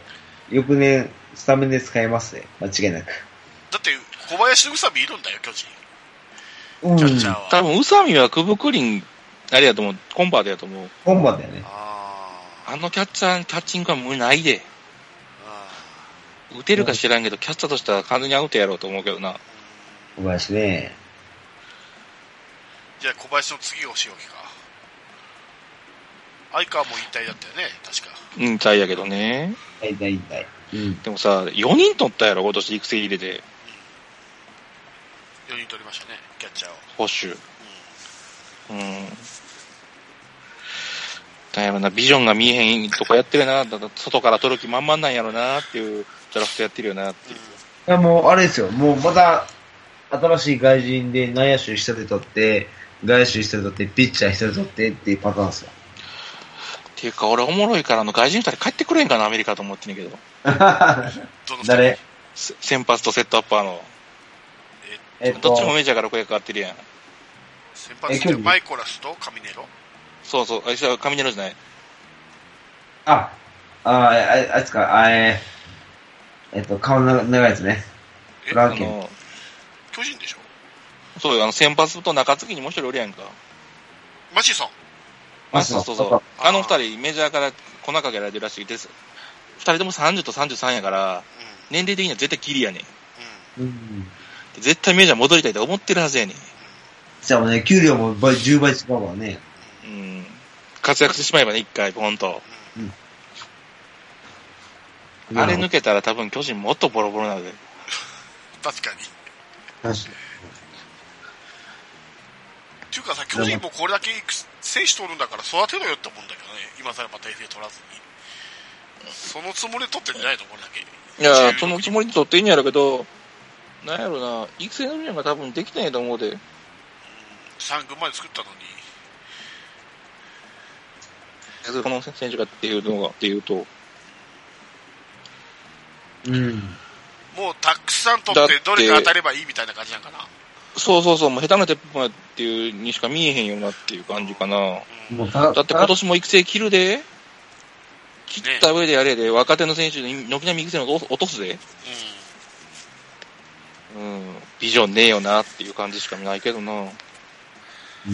[SPEAKER 2] 翌年スタメンで使いますね。間違いなく。
[SPEAKER 3] だって、小林の宇佐美いるんだよ、巨人。
[SPEAKER 2] うん
[SPEAKER 3] キャッチャーは。
[SPEAKER 1] 多分、宇佐美は久保クリン、あれやと思う。コンバートやと思う。
[SPEAKER 2] コンバだよね。
[SPEAKER 3] あー
[SPEAKER 1] あのキャッチャーのキャッチングは無理ないで。
[SPEAKER 3] あ
[SPEAKER 1] 打てるか知らんけど、キャッチャーとしては完全にアウトやろうと思うけどな。
[SPEAKER 2] 小林ね。
[SPEAKER 3] ー。じゃあ、小林の次がし置きか。相川も引退だったよね、確か。
[SPEAKER 1] うん、たいやけどね。
[SPEAKER 2] 大体、大体。うん。
[SPEAKER 1] でもさ、4人取ったやろ、今年育成入れて、
[SPEAKER 3] 4人取りましたね、キャッチャー
[SPEAKER 1] 保
[SPEAKER 3] を。
[SPEAKER 1] 守。うん。だやろな、ビジョンが見えへんとこやってるな、だだ外から取る気満々なんやろな、っていうドラフトやってるよな、っていう。
[SPEAKER 2] いやもう、あれですよ。もう、また、新しい外人で内野手一人取って、外野手一人取って、ピッチャー一人取ってっていうパターンですよ。
[SPEAKER 1] っていうか、俺おもろいから、あの、外人二人帰ってくれんかな、アメリカと思ってんねんけど。
[SPEAKER 3] どの二人
[SPEAKER 2] 誰
[SPEAKER 1] せ先発とセットアッパーの。
[SPEAKER 2] えっと
[SPEAKER 1] どっちもメジャーから声かかってるやん。
[SPEAKER 3] 先
[SPEAKER 2] え
[SPEAKER 3] 発
[SPEAKER 2] 巨
[SPEAKER 3] で
[SPEAKER 2] 人
[SPEAKER 3] マイコラスとカミネロ。
[SPEAKER 1] そうそう、あいつはカミネロじゃない。
[SPEAKER 2] あ、あ、ああいつか、あえー、えっと、顔の長いやつね。
[SPEAKER 3] え
[SPEAKER 2] ラ
[SPEAKER 1] あ
[SPEAKER 2] ーキン。
[SPEAKER 1] の、
[SPEAKER 3] 巨人でしょ
[SPEAKER 1] そうよ、あの、先発と中継ぎにもう一人おるやんか。
[SPEAKER 3] マシソン。
[SPEAKER 1] あ、そうそうそう。
[SPEAKER 3] あ
[SPEAKER 1] あの二人、メジャーから粉かけられてるらしいです。二人とも30と33やから、
[SPEAKER 3] うん。
[SPEAKER 1] 年齢的には絶対ギリやねん。
[SPEAKER 3] うん。
[SPEAKER 2] うん。
[SPEAKER 1] で絶対メジャー戻りたいと思ってるはずやねん。
[SPEAKER 2] じゃあもうね、給料も倍10倍違うわね。
[SPEAKER 1] うん。活躍してしまえばね、一回、ポンと。あれ抜けたら多分巨人もっとボロボロなので。
[SPEAKER 3] 確かに。
[SPEAKER 2] 確
[SPEAKER 3] っていうかさ、巨人もこれだけ選手取るんだから育てろよって思うんだけどね。今更また FA 取らずに。そのつもりで取ってんじゃないのこれだけ。
[SPEAKER 1] いや、そのつもりで取っていいんやろうけど、なんやろな、育成の理念が多分できてないと思うで。
[SPEAKER 3] 3軍まで作ったのに。
[SPEAKER 1] この選手がっていうのが、っていうと。
[SPEAKER 2] うん。
[SPEAKER 3] もうたくさん取って
[SPEAKER 1] だって
[SPEAKER 3] どれか当たればいいみたいな感じなんかな。
[SPEAKER 1] そうそうそう、もう下手なテップマンっていうにしか見えへんよなっていう感じかな。
[SPEAKER 3] うん
[SPEAKER 2] もうた、
[SPEAKER 1] だって今年も育成切るで、切った上でやれで、若手の選手に軒並み育成の落とすで。
[SPEAKER 3] う
[SPEAKER 1] うん。ビジョンねえよなっていう感じしかないけどな。
[SPEAKER 2] うん。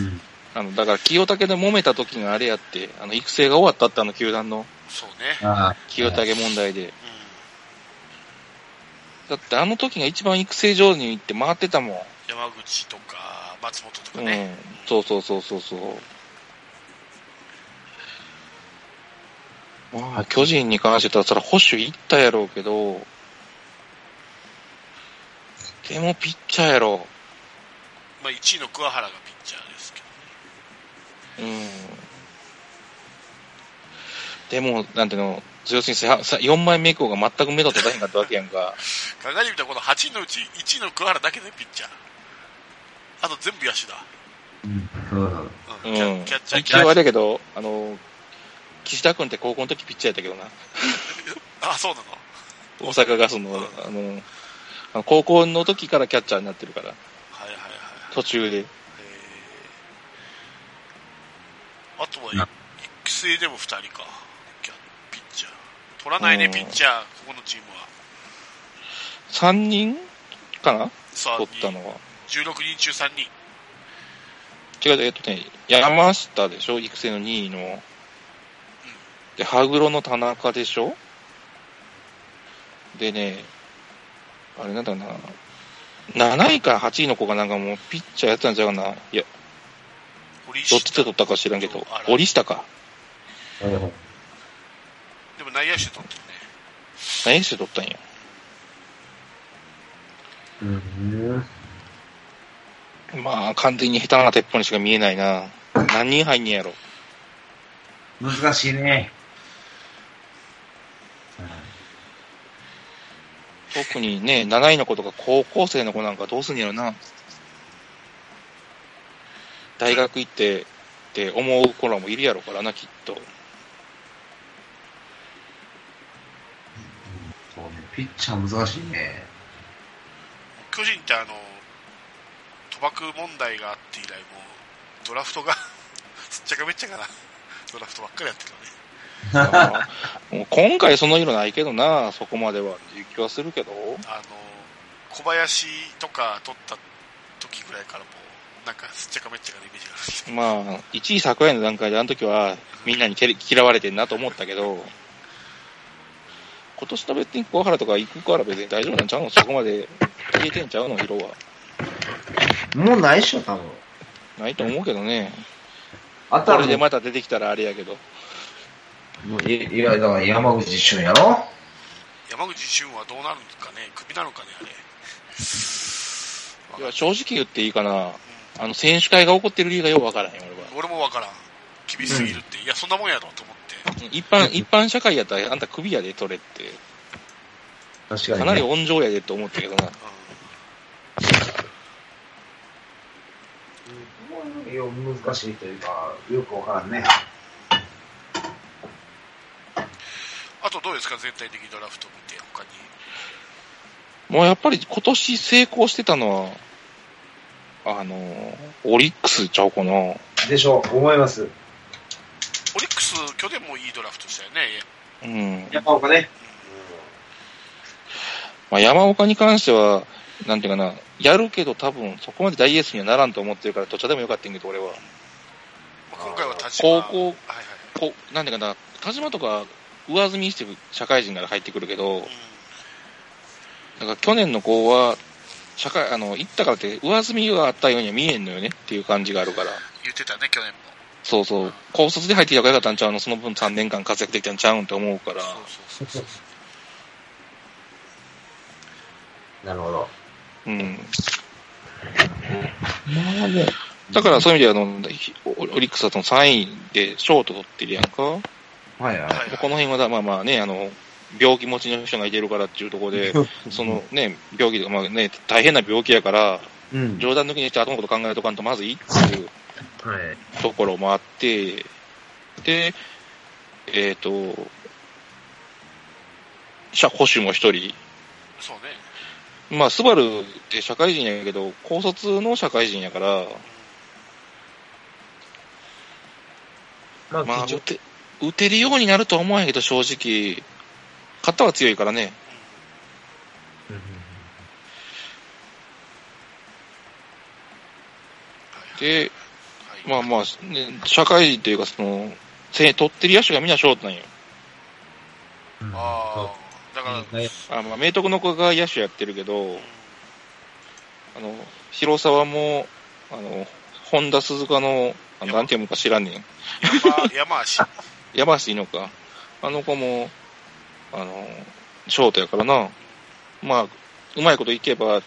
[SPEAKER 3] ん。
[SPEAKER 1] あの、だから清武で揉めた時があれやって、あの、育成が終わったってあの球団の
[SPEAKER 3] そうね。
[SPEAKER 2] ああ
[SPEAKER 1] 清武問題で。
[SPEAKER 3] うん。
[SPEAKER 1] だってあの時が一番育成上手に行って回ってたもん。
[SPEAKER 3] 山口とか、松本と
[SPEAKER 1] う
[SPEAKER 3] か
[SPEAKER 1] ん
[SPEAKER 3] ね。。
[SPEAKER 1] そうそうそうそうそう。まあ、巨人に関して言ったら、それ保守行ったやろうけど、でもピッチャーやろ。
[SPEAKER 3] まあ、1位の桑原がピッチャーですけど。
[SPEAKER 1] うん。でも、なんていうの、要するにささ4枚目以降が全く目処立たへんかったわけやんか。
[SPEAKER 3] 考えてみたら、この8位のうち1位の桑原だけでピッチャー。あと全部野手だ。
[SPEAKER 2] うんうん
[SPEAKER 1] う。
[SPEAKER 3] うんん。 キャキャッチャー、キ
[SPEAKER 1] 一
[SPEAKER 3] ャッ
[SPEAKER 1] 応
[SPEAKER 3] チャ
[SPEAKER 1] あ
[SPEAKER 3] ー。
[SPEAKER 1] れやけど、あの、岸田君って高校の時ピッチャーやったけどな。
[SPEAKER 3] あ、そうなの
[SPEAKER 1] 大阪ガスの、あの、あの高校の時からキャッチャーになってるから、
[SPEAKER 3] はいはいはい。
[SPEAKER 1] 途中で。
[SPEAKER 3] えー、あとは
[SPEAKER 2] な
[SPEAKER 3] 育成でも2人か。キャピッチャー。取らないね、
[SPEAKER 1] うん
[SPEAKER 3] ピッチャー、ここのチームは。
[SPEAKER 1] 3人かな
[SPEAKER 3] さあ、
[SPEAKER 1] 取ったのは。
[SPEAKER 3] 16人中3人。
[SPEAKER 1] 違う、えっとね、山下でしょ育成の2位の。で、羽黒の田中でしょでね、あれなんだろうな、7位から8位の子がなんかもうピッチャーやってたんちゃうかな。いや、
[SPEAKER 3] 堀
[SPEAKER 1] ど
[SPEAKER 3] 下
[SPEAKER 1] っちで取ったか知らんけど
[SPEAKER 3] あら、
[SPEAKER 1] 折下か。
[SPEAKER 2] うん
[SPEAKER 3] でも内野手取ってるね。
[SPEAKER 1] 何して取ったんや。
[SPEAKER 2] うん
[SPEAKER 1] まあ、完全に下手な鉄砲にしか見えないな。何人入んねやろ。
[SPEAKER 2] 難しいね。
[SPEAKER 1] 特にね、7位の子とか高校生の子なんかどうすんやろな。大学行ってって思う子らもいるやろからな、きっと。
[SPEAKER 2] そうね、ピッチャー難しいね。
[SPEAKER 3] 巨人ってあの、賭博問題があって以来もう、ドラフトが、 すっちゃかめっちゃかな。ドラフトばっかりやってるよね。
[SPEAKER 1] まあもう今回その色ないけどな、そこまではっていう気はするけど。
[SPEAKER 3] あの、小林とか取った時ぐらいからもう、なんかすっちゃかめっちゃかなイメージがあるんですよ
[SPEAKER 1] まあ、1位桜井の段階であの時はみんなに蹴り嫌われてんなと思ったけど、今年の別に桑原とか行くから別に大丈夫なんちゃうのそこまで消えてんちゃうの色は。
[SPEAKER 2] もうないっしょ、多分。
[SPEAKER 1] ないと思うけどね。
[SPEAKER 2] あと
[SPEAKER 1] こ
[SPEAKER 2] は
[SPEAKER 1] れで
[SPEAKER 2] も
[SPEAKER 1] また出てきたらあれやけど。
[SPEAKER 2] う、もういいや、だから山口俊やろ
[SPEAKER 3] 山口俊はどうなるんですかね首なのかねあ
[SPEAKER 1] い
[SPEAKER 3] れ。
[SPEAKER 1] や、正直言っていいかな。あの、選手会が起こってる理由がよくわからへん、俺は。
[SPEAKER 3] 俺もわからん。厳しすぎるって。いや、そんなもんやろと思って。
[SPEAKER 1] 一般、一般社会やったら、あんた首やで、取れって。
[SPEAKER 2] 確
[SPEAKER 1] か
[SPEAKER 2] か
[SPEAKER 1] な
[SPEAKER 2] に、
[SPEAKER 1] り
[SPEAKER 2] ね。
[SPEAKER 1] 温情やで、と思ったけどな。
[SPEAKER 2] いや難しいというか、よくわからんね。
[SPEAKER 3] あとどうですか全体的にドラフト見て、他に。
[SPEAKER 1] もうやっぱり今年成功してたのは、あの、オリックスちゃうかな。
[SPEAKER 2] でしょう、思います。
[SPEAKER 3] オリックス、去年もいいドラフトしたよね。
[SPEAKER 1] うん。
[SPEAKER 2] 山岡ね。
[SPEAKER 1] まあ、山岡に関しては、なんていうかな、やるけど多分そこまで大エースにはならんと思ってるから、どっちでもよかったんやけど、俺は。
[SPEAKER 3] まあ今回は田島。
[SPEAKER 1] 高校、
[SPEAKER 3] はいはい。
[SPEAKER 1] こうなんていうかな、田島とか上積みしてる社会人なら入ってくるけど、
[SPEAKER 3] う
[SPEAKER 1] だから去年の子は、社会、あの、行ったからって、上積みがあったようには見えんのよねっていう感じがあるから。
[SPEAKER 3] ん言ってたね、去年も。
[SPEAKER 1] そうそう。高卒で入ってきたらよかったんちゃうのその分3年間活躍できたんちゃうんって思うから。
[SPEAKER 3] そうそうそう。
[SPEAKER 2] なるほど。
[SPEAKER 1] うん。だからそういう意味ではあの、ひオオリックスだと3位でショート取ってるやんか。こ
[SPEAKER 2] はいは。
[SPEAKER 3] はいい、
[SPEAKER 1] の辺はだまあまあね、あの、病気持ちの人がいてるからっていうところで、そのね、病気とか、まあね、大変な病気やから、
[SPEAKER 2] うん。
[SPEAKER 1] 冗談抜きにして後のこと考えとかんとまずいっていう
[SPEAKER 2] はい。
[SPEAKER 1] ところもあって、で、えっ、と、社保守も一人、
[SPEAKER 3] そうね。
[SPEAKER 1] まあ、スバルって社会人やけど、高卒の社会人やから、
[SPEAKER 2] ま
[SPEAKER 1] まあ、
[SPEAKER 2] 一応
[SPEAKER 1] 打て、打てるようになるとは思わへんけど、正直、肩は強いからね。
[SPEAKER 2] うん
[SPEAKER 1] で、
[SPEAKER 3] はい。
[SPEAKER 1] まあまあ、ね社会人というか、その、せ取ってる野手がみんなショートなんよ。
[SPEAKER 2] うん
[SPEAKER 3] ああ、だから、
[SPEAKER 2] はい
[SPEAKER 1] あまあ、明徳の子が野手やってるけど、あの、広沢も、あの、本田鈴鹿の、あのなんて読むか知らんねん。
[SPEAKER 3] 山、山足。
[SPEAKER 1] 山橋いいのか。あの子も、あの、ショートやからな。まあ、うまいこといけば、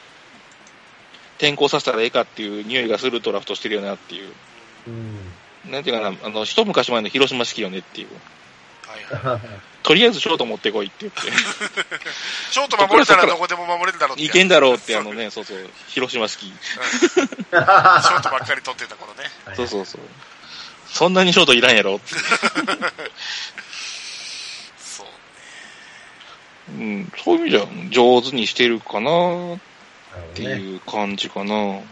[SPEAKER 1] 転校させたらええかっていう匂いがするドラフトしてるよなっていう。
[SPEAKER 2] うん
[SPEAKER 1] なんていうかな、あの、一昔前の広島式よねっていう。
[SPEAKER 3] はいはい。
[SPEAKER 2] は
[SPEAKER 1] とりあえずショート持ってこいって言って。
[SPEAKER 3] ショート守れたらどこでも守れるだろうって。
[SPEAKER 1] いけんだろうって、あのね、そうそう、広島式。
[SPEAKER 3] ショートばっかり取ってた頃ね。
[SPEAKER 2] い
[SPEAKER 1] そうそうそう。そんなにショートいらんやろって。
[SPEAKER 3] そう。
[SPEAKER 1] うん、そういう意味じゃ上手にしてるかなっ
[SPEAKER 2] なるほ
[SPEAKER 1] て
[SPEAKER 2] どね
[SPEAKER 1] いう感じかな。
[SPEAKER 2] そうね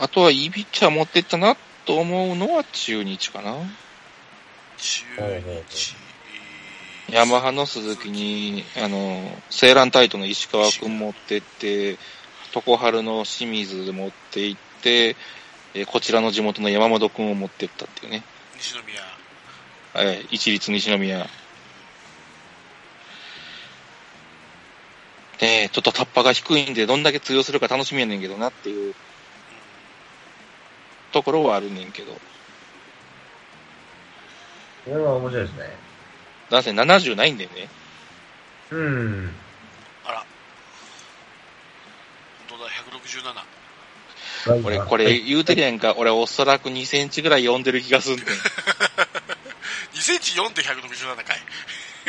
[SPEAKER 1] あとは、イビッチャー持ってったなと思うのは中日かな。
[SPEAKER 3] 中
[SPEAKER 2] はいはいはい
[SPEAKER 3] 日。
[SPEAKER 1] ヤマハの鈴木に、あの、セーランタイトの石川くん持ってって、常春の清水持って行って、えーこちらの地元の山本くんを持ってったっていうね。
[SPEAKER 3] 西宮。
[SPEAKER 1] はい、一律西宮。えー、ちょっとタッパが低いんで、どんだけ通用するか楽しみやねんけどなっていうところはあるねんけど。
[SPEAKER 2] これは面白いですね。
[SPEAKER 1] なんせ70ないんだよね。
[SPEAKER 2] うん。
[SPEAKER 3] あら。本当だ、167。
[SPEAKER 1] 俺、こ れ言うてるやんか、俺おそらく2センチぐらい読んでる気がすんねん。
[SPEAKER 3] 2センチ4で167回。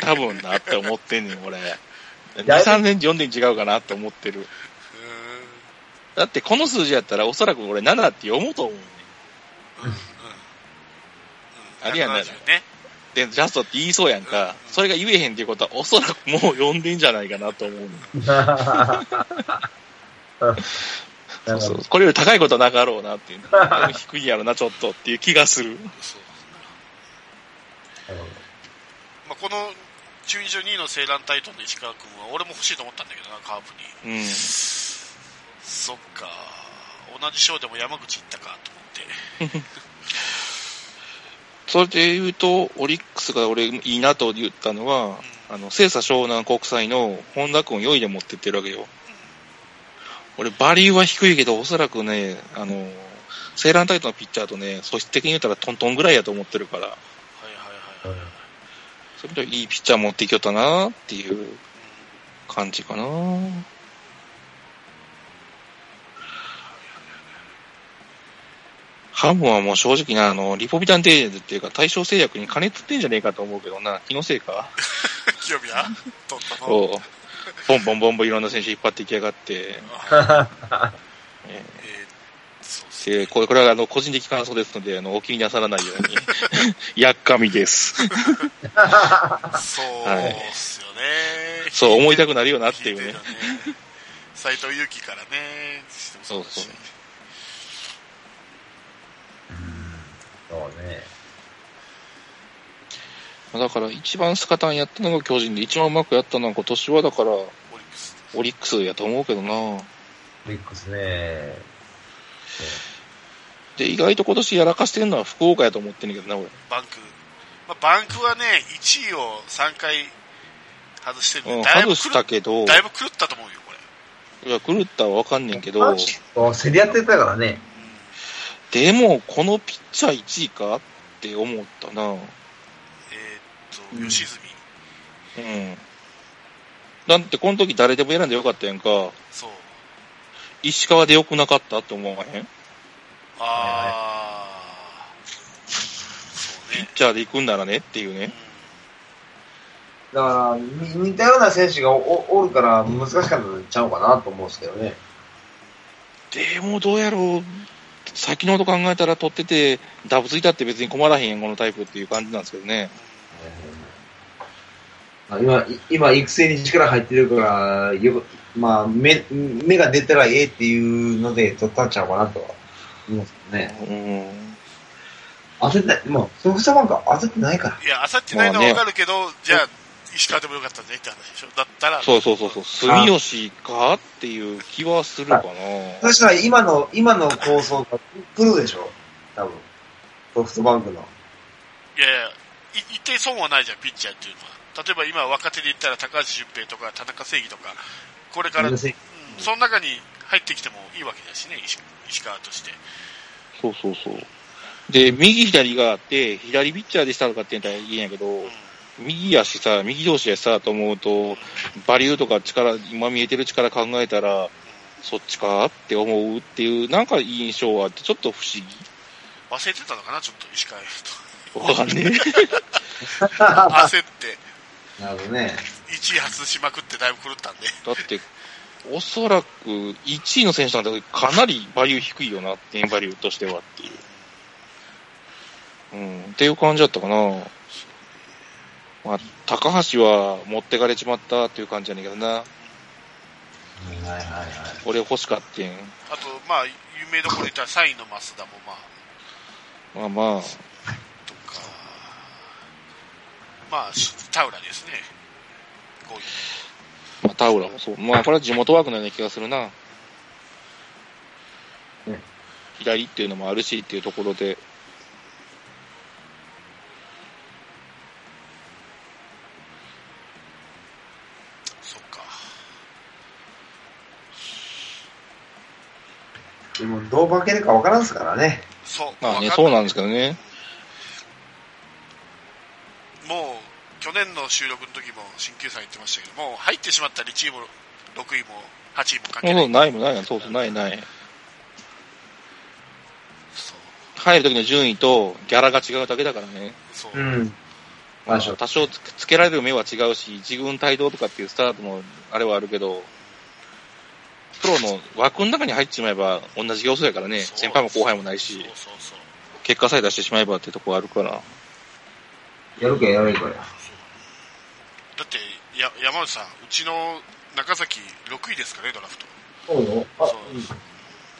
[SPEAKER 1] 多分なって思ってんねん、俺。2、
[SPEAKER 2] だいぶ
[SPEAKER 1] 3センチ、4センチ違うかなって思ってる。
[SPEAKER 3] うーん。
[SPEAKER 1] だってこの数字やったらおそらく俺7って読むと思うねん。
[SPEAKER 3] うん。うん。
[SPEAKER 1] ありやない
[SPEAKER 3] 170ね。
[SPEAKER 1] で、ジャストって言いそうやんか。それが言えへんっていうことはおそらくもう読んでんじゃないかなと思うねん。そうそう。これより高いことはなかろうなっていう。でも低いやろな、ちょっとっていう気がする。
[SPEAKER 3] そう。まあ、この中日2位のセーランタイトンの石川君は俺も欲しいと思ったんだけどな、カープに。
[SPEAKER 1] うん。
[SPEAKER 3] そっか。同じ賞でも山口行ったかと思って。
[SPEAKER 1] それで言うと、オリックスが俺いいなと言ったのは、あの、聖査湘南国際の本田君を4位で持ってってるわけよ。俺、バリューは低いけど、おそらくね、あの、セーランタイトのピッチャーとね、素質的に言ったらトントンぐらいやと思ってるから、
[SPEAKER 3] はいはいはいはい。
[SPEAKER 1] それでいいピッチャー持ってきよったなっていう感じかなハムはもう正直な、あの、リポビタンデーっていうか、対象制約に金つってんじゃねえかと思うけどな、気のせいか。
[SPEAKER 3] 清 宮取ったの
[SPEAKER 1] おうボンボンボンボンいろんな選手引っ張っていきやがって、
[SPEAKER 3] はい
[SPEAKER 1] え
[SPEAKER 3] えーそうっす
[SPEAKER 1] えーこれこれはあの個人的感想ですので、あのお気になさらないように、 やっかみです。
[SPEAKER 3] そう
[SPEAKER 1] はい
[SPEAKER 3] っすよね。
[SPEAKER 1] そう思いたくなるよなっていう
[SPEAKER 3] 聞いて
[SPEAKER 1] ね
[SPEAKER 3] た。ね。斎藤佑樹からね、
[SPEAKER 1] そうそう
[SPEAKER 2] そうね。
[SPEAKER 1] だから一番スカタンやったのが巨人で、一番うまくやったのは今年はだから、
[SPEAKER 3] オリックス。
[SPEAKER 1] オリックスやと思うけどな。
[SPEAKER 2] オリックスね。
[SPEAKER 1] で、意外と今年やらかしてるのは福岡やと思ってんねんけどな、俺。
[SPEAKER 3] バンク。まあ、バンクはね、1位を3回外してる
[SPEAKER 1] うんん、
[SPEAKER 3] で、だいぶ
[SPEAKER 1] 外し
[SPEAKER 3] 狂った
[SPEAKER 1] けど、
[SPEAKER 3] だいぶ狂ったと思うよ、これ。
[SPEAKER 1] いや、狂ったはわかんねんけど、
[SPEAKER 2] ど。競り合ってたからね。
[SPEAKER 1] でも、このピッチャー1位かって思ったな。うん。
[SPEAKER 3] えーっ
[SPEAKER 2] う
[SPEAKER 3] と、
[SPEAKER 2] ん
[SPEAKER 3] 吉住。
[SPEAKER 1] だって、この時誰でも選んでよかったやんか、
[SPEAKER 3] そう。
[SPEAKER 1] 石川でよくなかったって思わへん
[SPEAKER 3] あー。そう
[SPEAKER 1] ピッ
[SPEAKER 3] ね。
[SPEAKER 1] チャーで行くんならねっていうね。
[SPEAKER 2] だから、に似たような選手がおおるから難しかったんちゃうかなと思うんですけどね。
[SPEAKER 1] でも、どうやろう。先のこと考えたら取ってて、ダブついたって別に困らへんやん、このタイプっていう感じなんですけどね。
[SPEAKER 2] あ今、い今育成に力入ってるから、よまあ、目、目が出たらええっていうので取ったんちゃうかなとは思うんですけどね。
[SPEAKER 1] うん。
[SPEAKER 2] 焦ってない、まあ、ソフトバンクは焦ってないから。
[SPEAKER 3] うんいや、焦ってないのはわかるけど、じゃあ、石川でもよかったねって話でしょ。だったら、
[SPEAKER 1] そうそうそうそう、住吉かっていう気はするかな。
[SPEAKER 2] そしたら今の、今の構想がプロでしょ多分。ソフトバンクの。
[SPEAKER 3] いやいや、い一定損はないじゃん、ピッチャーっていうのは。例えば今若手で言ったら高橋俊平とか田中正義とか、これから、うん、
[SPEAKER 2] せ
[SPEAKER 3] その中に入ってきてもいいわけだしね、石石川として。
[SPEAKER 1] そうそうそう。で、右左があって、左ピッチャーでしたとかって言ったらいいんやけど、
[SPEAKER 3] うん。
[SPEAKER 1] 右やしさ、右同士やしさと思うと、バリューとか力、今見えてる力考えたら、そっちかって思うっていう、なんか印象はあって、ちょっと不思
[SPEAKER 3] 忘れてたのかな、ちょっと石川と。
[SPEAKER 1] 議。わかんね
[SPEAKER 3] 焦って、
[SPEAKER 2] なるほどね。
[SPEAKER 3] 1位発しまくってだいぶ狂ったんで。
[SPEAKER 1] え。だって、おそらく1位の選手なんてかなりバリュー低いよな、点バリューとしてはっていう。うん、っていう感じだったかな。まあ、高橋は持ってかれちまったっていう感じやねんけどな。
[SPEAKER 2] はいはいはい。
[SPEAKER 1] 俺欲しかってん。
[SPEAKER 3] あと、まあ、有名どころで言ったら3位の増田もまあ、
[SPEAKER 1] まあまあ。
[SPEAKER 3] とか、まあ、田浦ですね。5位。
[SPEAKER 1] まあ、タウラもそう。まあ、これは地元ワークのような気がするな。
[SPEAKER 2] うん
[SPEAKER 1] 左っていうのもあるしっていうところで。
[SPEAKER 3] そっか。
[SPEAKER 2] でも、どう化けるかわからんすからね。
[SPEAKER 3] そう。
[SPEAKER 1] まあね、
[SPEAKER 3] わか
[SPEAKER 1] そうなんですけどね。
[SPEAKER 3] もう、去年の収録の時も新球さん言ってましたけど、もう入ってしまったら1位も6位も8位も関
[SPEAKER 1] もう
[SPEAKER 3] 係な
[SPEAKER 1] そう
[SPEAKER 3] い。
[SPEAKER 1] ないもんないもんそうそう、ないない。
[SPEAKER 3] そう。
[SPEAKER 1] 入る時の順位とギャラが違うだけだからね。
[SPEAKER 3] そう。
[SPEAKER 2] ん。
[SPEAKER 1] ま
[SPEAKER 2] ま
[SPEAKER 1] あ
[SPEAKER 2] あ、しょ
[SPEAKER 1] 多少つつけられる目は違うし、一軍帯同とかっていうスタートもあれはあるけど、プロの枠の中に入ってしまえば同じ業種やからね、
[SPEAKER 3] そう
[SPEAKER 1] 先輩も後輩もないし
[SPEAKER 3] そう、そうそう。
[SPEAKER 1] 結果さえ出してしまえばってとこはあるから。
[SPEAKER 2] やるかやらないかや。
[SPEAKER 3] だって、や山内さん、うちの中崎6位ですからね、ドラフト。
[SPEAKER 2] そうよ。あ
[SPEAKER 3] そう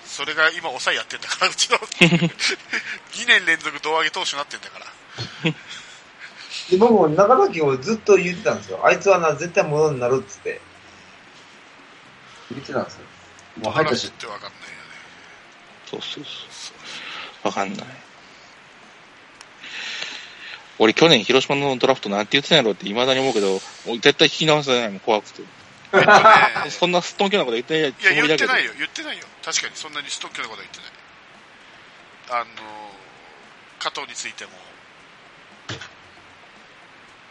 [SPEAKER 3] それが今、抑えやってんだから、う ちの。2年連続胴上げ投手になってんだから。
[SPEAKER 2] で僕も中崎をずっと言ってたんですよ。あいつはな、絶対ものになるっつって。言ってたんですよ。もう入った
[SPEAKER 3] 話っ
[SPEAKER 2] し。
[SPEAKER 3] てわかんないよね。
[SPEAKER 1] そうそうそう。わかんない。俺去年広島のドラフトなんて言ってたんやろって未だに思うけど、俺絶対聞き直せないもん、怖くて。
[SPEAKER 3] えっと ね
[SPEAKER 1] そんなすっとんきょなこと言ってない
[SPEAKER 3] いや、
[SPEAKER 1] つもり
[SPEAKER 3] 言
[SPEAKER 1] だけ
[SPEAKER 3] って
[SPEAKER 1] ど。
[SPEAKER 3] ないよ、言ってないよ。確かに、そんなにストックのことは言ってない。あのー、加藤についても、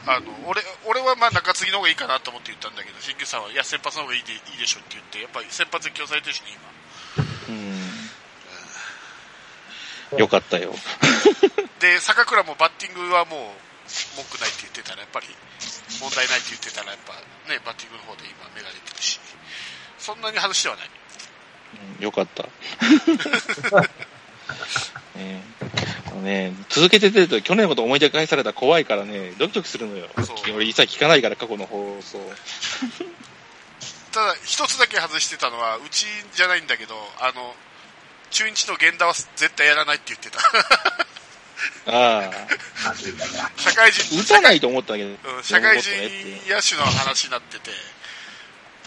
[SPEAKER 3] あの、俺、俺はまあ中継ぎの方がいいかなと思って言ったんだけど、新球さんは、いや、先発の方がいいでいいでしょって言って、やっぱり先発に起用されてるしね、今。
[SPEAKER 1] うん。よかったよ。
[SPEAKER 3] で、坂倉もバッティングはもう、文句ないって言ってたら、やっぱり、問題ないって言ってたら、やっぱね、バッティングの方で今、目が出てるし、そんなに外してはない。
[SPEAKER 1] うんよかった。ね えあのね、続けて出ると去年のこと思い出返されたら怖いからね、ドキドキするのよ
[SPEAKER 3] そう。
[SPEAKER 1] 俺一切聞かないから、過去の放送。
[SPEAKER 3] ただ、一つだけ外してたのは、うちじゃないんだけど、あの、中日の源田は絶対やらないって言っ てた。
[SPEAKER 1] ああ。
[SPEAKER 3] 社会人、
[SPEAKER 1] 打たないと思ったけど
[SPEAKER 3] う。ん社会
[SPEAKER 1] そ
[SPEAKER 3] 人
[SPEAKER 1] んなことねって
[SPEAKER 3] 野手の話になってて、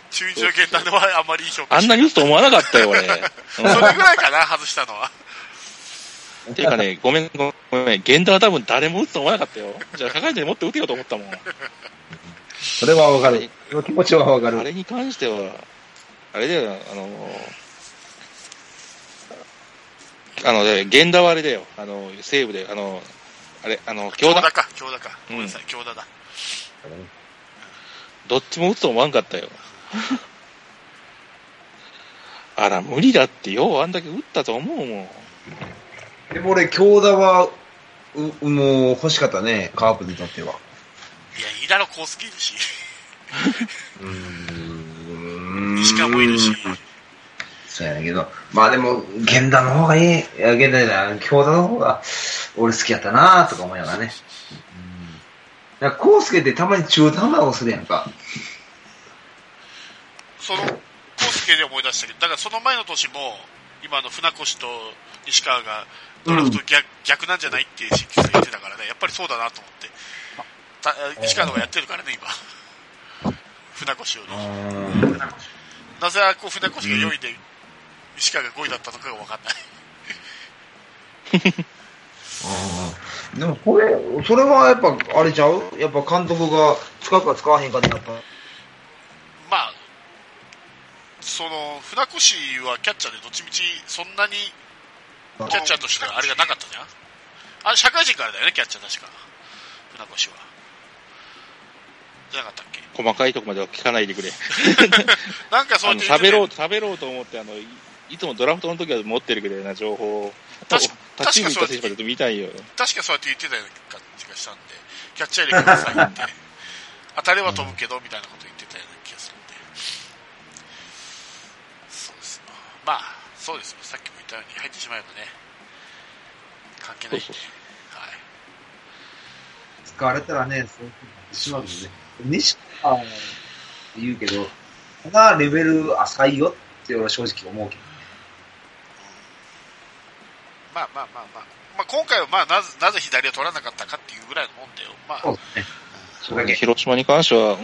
[SPEAKER 3] 中日の源田のはあんまりいい評価
[SPEAKER 1] あんなに打つと思わなかった よ、俺。
[SPEAKER 3] それぐらいかな、外したのは。
[SPEAKER 1] うんていうかね、ごめん、ごめん。源田は多分誰も打つと思わなかったよ。じゃあ、社会人にもっと打てよと思ったもん。
[SPEAKER 2] それはわかる。その気持ちはわか
[SPEAKER 1] あ
[SPEAKER 2] る。
[SPEAKER 1] れに関しては、あれだよ、あの、あの、ね源田はあれだよ、あの、西武で、あの、あれ、あの、京田、
[SPEAKER 3] か、京田か。ごめんなさい、京田だ。
[SPEAKER 1] どっちも打つと思わんかったよ。 あら、無理だってよ、あんだけ打ったと思うもん。
[SPEAKER 2] でも俺、京田は、う、もう欲しかったね。カープにとっては。
[SPEAKER 3] いや、いいだろ、コースキーいるし、
[SPEAKER 2] うーん
[SPEAKER 3] 石川もいるし、
[SPEAKER 2] そうやねんけど。まあでも、源田の方がいい。いや、源田じゃない、京田の方が、俺好きやったなとか思いながらね。うん。なんか、康介ってたまに中途半端なことするやんか。
[SPEAKER 3] その、コースケで思い出したけど、だからその前の年も、今の船越と西川が、ドラフト逆,、逆なんじゃないって新球さん言ってたからね、やっぱりそうだなと思って。た西川の方がやってるからね、今。 船越より。
[SPEAKER 2] あ
[SPEAKER 3] なぜこう船越が4位で、西川が5位だったのかが分かんない。
[SPEAKER 4] でもこれ、それはやっぱあれちゃうやっぱ監督が使うか使わへんかでやっぱ。
[SPEAKER 3] まあ、その、船越はキャッチャーでどっちみちそんなにキャッチャーとしてはあれがなかったじゃんあれ社会人からだよね、キャッチャー確か。船越は。じゃなかったっけ
[SPEAKER 1] 細かいとこまでは聞かないでくれ。
[SPEAKER 3] なんかそう
[SPEAKER 1] あ
[SPEAKER 3] や
[SPEAKER 1] の
[SPEAKER 3] って言って
[SPEAKER 1] 喋
[SPEAKER 3] た
[SPEAKER 1] ろ
[SPEAKER 3] よ
[SPEAKER 1] う、喋ろうと思って、あの、いいつもドラフトの時は持ってるけどな情報を。
[SPEAKER 3] 確か
[SPEAKER 1] 立ち見た選手まで見たいよ。
[SPEAKER 3] 確かそうやって言ってたような感じがしたんで、キャッチャー力が下げて、当たれば飛ぶけど、みたいなこと言ってたような気がするんで。そうですね。まあ、そうですね。さっきも言ったように入ってしまえばね、関係ないんで。
[SPEAKER 1] そうそう
[SPEAKER 3] はい。
[SPEAKER 2] 使われたらね、そういうことしまうもんね。西川って言うけど、そんなレベル浅いよって俺は正直思うけど。
[SPEAKER 3] まあまあまあまあ。まあ今回はまあなぜ、なぜ左を取らなかったかっていうぐらいのもんだよ。まあ、
[SPEAKER 2] うですね。それだけ。
[SPEAKER 1] 広島に関しては、う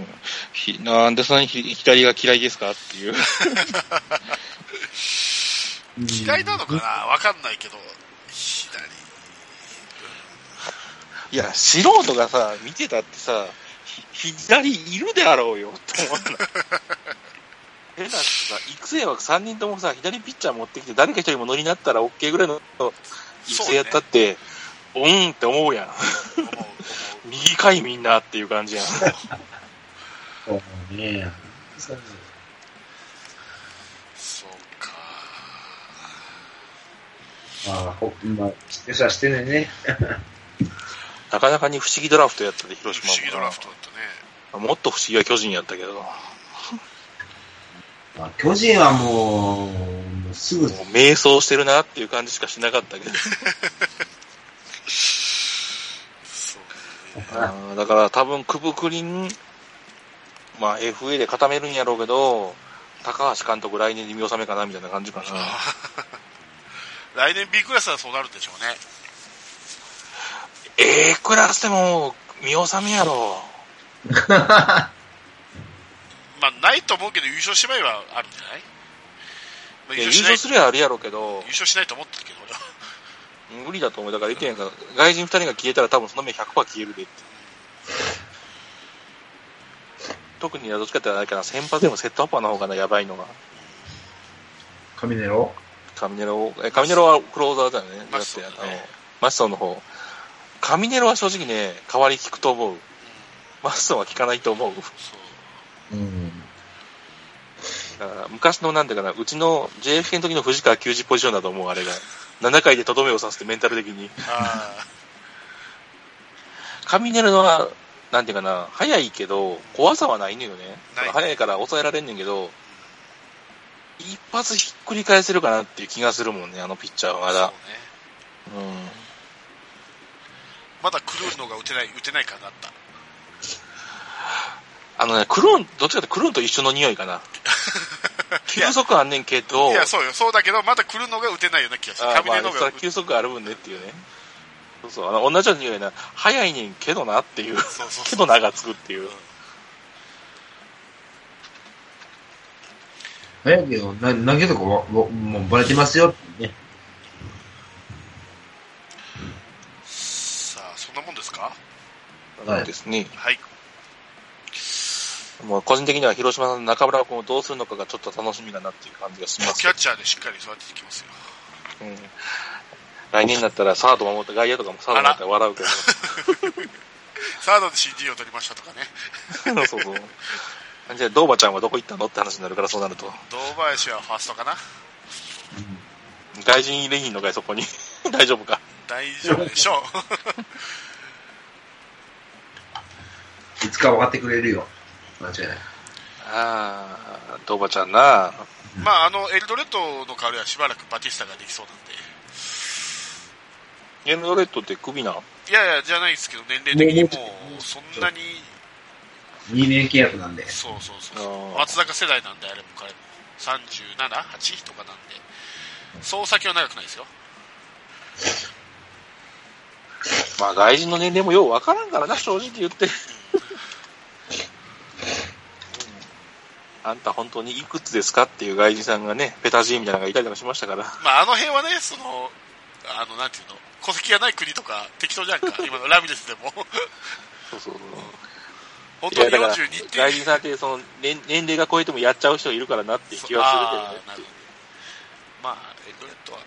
[SPEAKER 1] ん、ひなんでそんなにひ左が嫌いですかっていう。
[SPEAKER 3] 嫌いなのかなわかんないけど、左。
[SPEAKER 1] いや、素人がさ、見てたってさ、ひ左いるであろうよ、と思 ったの。変な話さ、育成枠3人ともさ、左ピッチャー持ってきて、誰か一人も乗りになったら OK ぐらいの育成やったって、う,、んって思うやん。
[SPEAKER 3] 思う、思う。
[SPEAKER 1] 右かいみんなっていう感じやん。
[SPEAKER 2] そうね。そう
[SPEAKER 3] そうか。
[SPEAKER 2] まあ、ほまあ、知ってる人は知ってんのにね。
[SPEAKER 1] なかなかに不思議ドラフトやったで、
[SPEAKER 3] 不思
[SPEAKER 1] 広島も。
[SPEAKER 3] 議ドラフトだったね。
[SPEAKER 1] もっと不思議は巨人やったけど、も
[SPEAKER 2] まあ、巨人はもう、もうすぐ、
[SPEAKER 1] う迷走してるなっていう感じしかしなかったけど。
[SPEAKER 3] そうだね。
[SPEAKER 1] あーだから多分クブクリン、まあ FA で固めるんやろうけど、高橋監督来年に見納めかなみたいな感じ かな。
[SPEAKER 3] 来年 B クラスはそうなるんでしょうね。
[SPEAKER 1] A クラスでも見納めやろ。
[SPEAKER 3] まあないと思うけど優勝しまえばあるんじゃない、まあ
[SPEAKER 1] いや優
[SPEAKER 3] 優勝しない
[SPEAKER 1] 勝すりゃあるやろうけど
[SPEAKER 3] 優、勝しないと思ってるけど、俺は。
[SPEAKER 1] 無理だと思う。だから意見が、外人2人が消えたら多分その目100%消えるでって。特にどっちかって言ったらあれかな、先発でもセットアッパーの方がなやばいのが。
[SPEAKER 4] 神だろ
[SPEAKER 1] カミネロ、え、カミネロはクローザーだよね。
[SPEAKER 3] マッソン
[SPEAKER 1] だって
[SPEAKER 3] だ
[SPEAKER 1] あの
[SPEAKER 3] ね、
[SPEAKER 1] マッソンの方。カミネロは正直ね、代わり効くと思う。マッソンは効かないと思う。
[SPEAKER 3] そ
[SPEAKER 4] う
[SPEAKER 3] う。
[SPEAKER 4] ん。
[SPEAKER 1] だから昔のなんていうかな、うちの JFK の時の藤川球児ポジションだと思う、あれが。7回でとどめを刺すってメンタル的に。
[SPEAKER 3] ああ、
[SPEAKER 1] カミネロは、なんていうかな、速いけど、怖さはないのよね。
[SPEAKER 3] ない
[SPEAKER 1] 速いから抑えられんねんけど、一発ひっくり返せるかなっていう気がするもんね、あのピッチャーはま
[SPEAKER 3] そう
[SPEAKER 1] だ
[SPEAKER 3] ね。。
[SPEAKER 1] うん。
[SPEAKER 3] まだクルーンのが打てない、打てない感があった。
[SPEAKER 1] あのね、クローン、どっちかってクローンと一緒の匂いかな。
[SPEAKER 3] いや
[SPEAKER 1] 休息あんねんけど、
[SPEAKER 3] いや、そうよ。そうだけど、まだ来るのが打てないような気がする。
[SPEAKER 1] あ
[SPEAKER 3] カミ
[SPEAKER 1] ま
[SPEAKER 3] ネ
[SPEAKER 1] あ、
[SPEAKER 3] の方
[SPEAKER 1] そら
[SPEAKER 3] が打て
[SPEAKER 1] 休息ある分ねっていうね。そうそう、あの、同じような匂いな。早いねんけどなって いう。
[SPEAKER 3] そうそう
[SPEAKER 1] け
[SPEAKER 3] そう
[SPEAKER 1] どながつくっていう。
[SPEAKER 4] 早いけど、な投げとかわわもうバレてますよってね。
[SPEAKER 3] さあ、そんなもんですか
[SPEAKER 4] はい
[SPEAKER 1] ですね。
[SPEAKER 3] はい。
[SPEAKER 1] もう個人的には広島の中村君をどうするのかがちょっと楽しみだなっていう感じがします
[SPEAKER 3] キャッチャーでしっかり育ててきますよ。
[SPEAKER 1] うん来年になったらサード守って、外野とか もサードになったら笑うけ
[SPEAKER 3] サードで CD を取りましたとかね。
[SPEAKER 1] ど。そうそう。じゃあ、ドーバちゃんはどこ行ったのって話になるから、そうなると。
[SPEAKER 3] 堂林はファーストかな
[SPEAKER 1] 外人入れひんのかい、そこに。 大丈夫か。
[SPEAKER 3] 大丈夫でしょう。
[SPEAKER 2] いつか分かってくれるよ。間違いない。
[SPEAKER 1] ああ、ドーバちゃんな。
[SPEAKER 3] まあ、あの、エルドレッドの代わりはしばらくバティスタができそうなんで。
[SPEAKER 1] エンドレッドってクビなん
[SPEAKER 3] いやいや、じゃないですけど、年齢的にもう、そんなに、
[SPEAKER 2] 2年契約なんで。
[SPEAKER 3] そうそうそう
[SPEAKER 1] あ
[SPEAKER 3] そう。
[SPEAKER 1] ー
[SPEAKER 3] 松坂世代なんで、あれも彼も。37、8とかなんで。そう先は長くないですよ。
[SPEAKER 1] まあ外人の年齢もようわからんからな、正直言って。あんた本当にいくつですかっていう外人さんがね、ペタジーみたいなのがいたりもしましたから。
[SPEAKER 3] まあ、あの辺はね、その、あの、なんていうの、戸籍がない国とか適当じゃん か、今のラミレスでも。
[SPEAKER 1] そうそうそう。
[SPEAKER 3] 本
[SPEAKER 1] い
[SPEAKER 3] 当
[SPEAKER 1] や、
[SPEAKER 3] に
[SPEAKER 1] だから
[SPEAKER 3] 42っ、ていう
[SPEAKER 1] 外人さんってその年年齢が超えてもやっちゃう人いるからなっていう気は
[SPEAKER 3] あーな
[SPEAKER 1] するけどね。
[SPEAKER 3] るほどまあ、エンドレットは、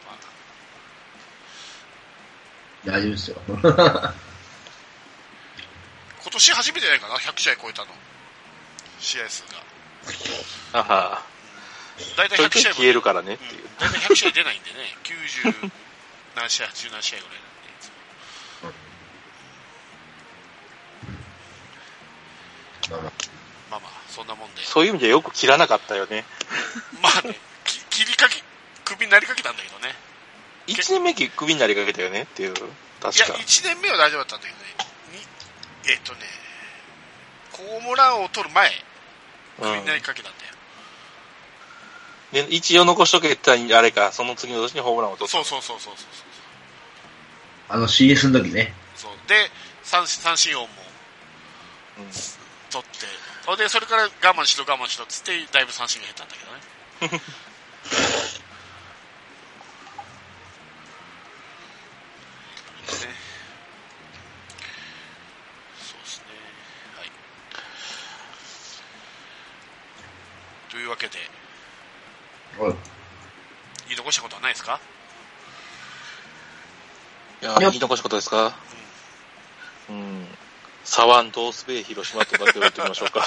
[SPEAKER 3] まあ、
[SPEAKER 2] 大丈夫ですよ。
[SPEAKER 3] 今年初めてじゃないかな、100試合超えたの。試合数が。
[SPEAKER 1] あは
[SPEAKER 3] 大体
[SPEAKER 1] そういう
[SPEAKER 3] 100
[SPEAKER 1] 時
[SPEAKER 3] 試合も
[SPEAKER 1] 消えるからねっていう。
[SPEAKER 3] うん、大体100試合出ないんでね、90何試合、80何試合ぐらいなんで、いつもまあまあ、そん なもんで、
[SPEAKER 1] そういう意味でよく切らなかったよね。
[SPEAKER 3] まあね、き切りかけ、首になりかけたんだけどね、
[SPEAKER 1] 1年目クビになりかけたよねっていう。
[SPEAKER 3] い
[SPEAKER 1] 確
[SPEAKER 3] や、
[SPEAKER 1] か。
[SPEAKER 3] 1年目は大丈夫だったんだけどね、にえっ、とね、ホームランを取る前、
[SPEAKER 1] う
[SPEAKER 3] 首
[SPEAKER 1] ん
[SPEAKER 3] になりかけたんだよ、
[SPEAKER 1] で、一応残しとけって言ったらあれか、その次の年にホームランを取った。
[SPEAKER 3] そうそうそうそうそうそ
[SPEAKER 2] あの CS の時ね。
[SPEAKER 3] うそう、で、三三振王も
[SPEAKER 1] うん
[SPEAKER 3] 取って、それで、それから我慢しろ、我慢しろっつって、だいぶ三振が減ったんだけどね。 ねそうですね。はい。というわけで、
[SPEAKER 2] はい
[SPEAKER 3] 言い残したことはないです か
[SPEAKER 1] いや、言い残したことですかうん。サワン、ドースベイ、広島とだけは言っておきましょう か。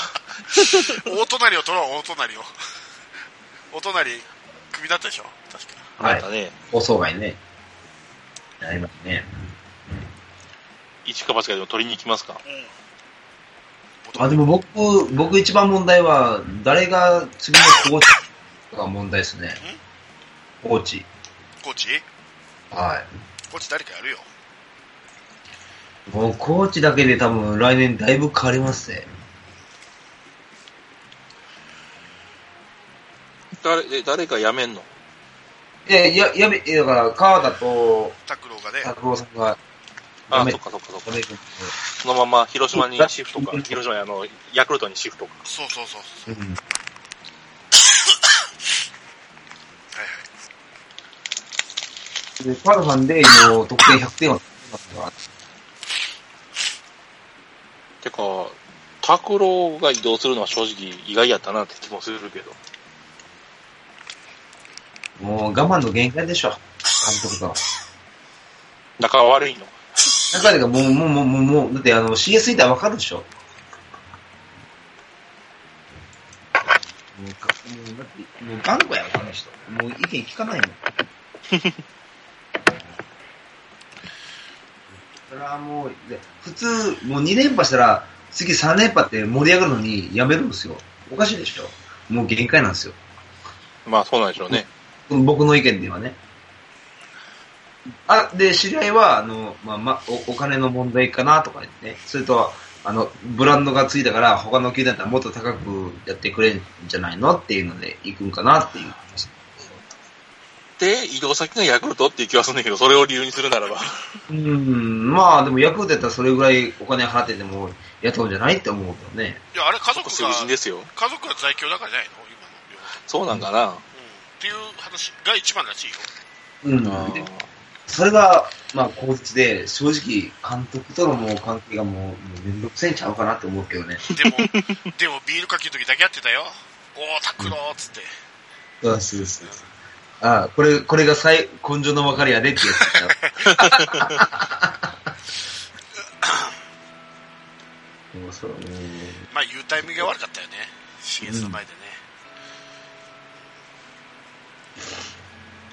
[SPEAKER 3] 大隣を取ろう、大隣を。大隣、首だったでしょ確か。
[SPEAKER 1] な
[SPEAKER 2] は
[SPEAKER 1] ん
[SPEAKER 2] い
[SPEAKER 1] か。ね、
[SPEAKER 2] 放送外ね。なりますね。
[SPEAKER 1] 一か八かでも取りに行きますか。
[SPEAKER 2] あ、でも僕、僕一番問題は、誰が次のコーチが問題ですね。コーチ。
[SPEAKER 3] コーチ
[SPEAKER 2] は
[SPEAKER 3] コーチ誰かやるよ。
[SPEAKER 2] い。もうコーチだけで多分来年だいぶ変わりますね。
[SPEAKER 1] 誰、え誰か辞めんの
[SPEAKER 2] いや、や、やべ、だから、川田と
[SPEAKER 3] 拓郎がね、
[SPEAKER 2] 拓郎さんが、
[SPEAKER 1] あ
[SPEAKER 2] やめ
[SPEAKER 1] そっかそっかそっか
[SPEAKER 2] や。める
[SPEAKER 1] そのまま広島にシフトか、広島にあの、ヤクルトにシフトか。
[SPEAKER 3] そうそうそう。
[SPEAKER 2] うん。
[SPEAKER 3] はいはい。
[SPEAKER 2] で、パルファンでもう得点100点は取ってますから、
[SPEAKER 1] てか、拓郎が移動するのは正直意外やったなって気もするけど。
[SPEAKER 2] もう我慢の限界でしょ、監督とは。
[SPEAKER 1] 仲悪いの。
[SPEAKER 2] 中でがもう、もう、もう、もう、もう、だってあの、CS いたらわかるでしょ。もう、かもうだって、もう、頑固やろ、この人。もう、意見聞かないもん。それはもう、で普通、もう2連覇したら、次3連覇って盛り上がるのにやめるんですよ。おかしいでしょ。もう限界なんですよ。
[SPEAKER 1] まあそうなんでしょうね。
[SPEAKER 2] 僕の意見ではね。あ、で、知り合いは、あの、まあ、まお、お金の問題かなとかね。それと、あの、ブランドがついたから、他の球団だったらもっと高くやってくれんじゃないのっていうので、行くんかなっていう話。
[SPEAKER 1] で、移動先がヤクルトっていう気はするんだけど、それを理由にするならば。
[SPEAKER 2] うん、まあ、でも、ヤクルトやったらそれぐらいお金払ってても、雇うんじゃないって思うけどね。
[SPEAKER 3] いや、あれ家族
[SPEAKER 1] 成
[SPEAKER 3] が、
[SPEAKER 1] 人
[SPEAKER 3] 家
[SPEAKER 1] ですよ。
[SPEAKER 3] 族が在京だからじゃないの今の病気、
[SPEAKER 1] そうなんかな。
[SPEAKER 3] っていう話が一番らしいよ。
[SPEAKER 2] うん。
[SPEAKER 1] あ
[SPEAKER 2] で
[SPEAKER 1] ー
[SPEAKER 2] それが、まあ、構図で、正直、監督とのもう関係がもう、もうめんどくせえんちゃうかなって思うけどね。
[SPEAKER 3] でも、でもビールかけの時だけやってたよ。おー、拓郎っつって。
[SPEAKER 2] そうですそうです。ああこれ、これが最、根性の分かりやでってやつだよもうそう、う
[SPEAKER 3] まあ、言うタイミングが悪かったよね。CS の前でね。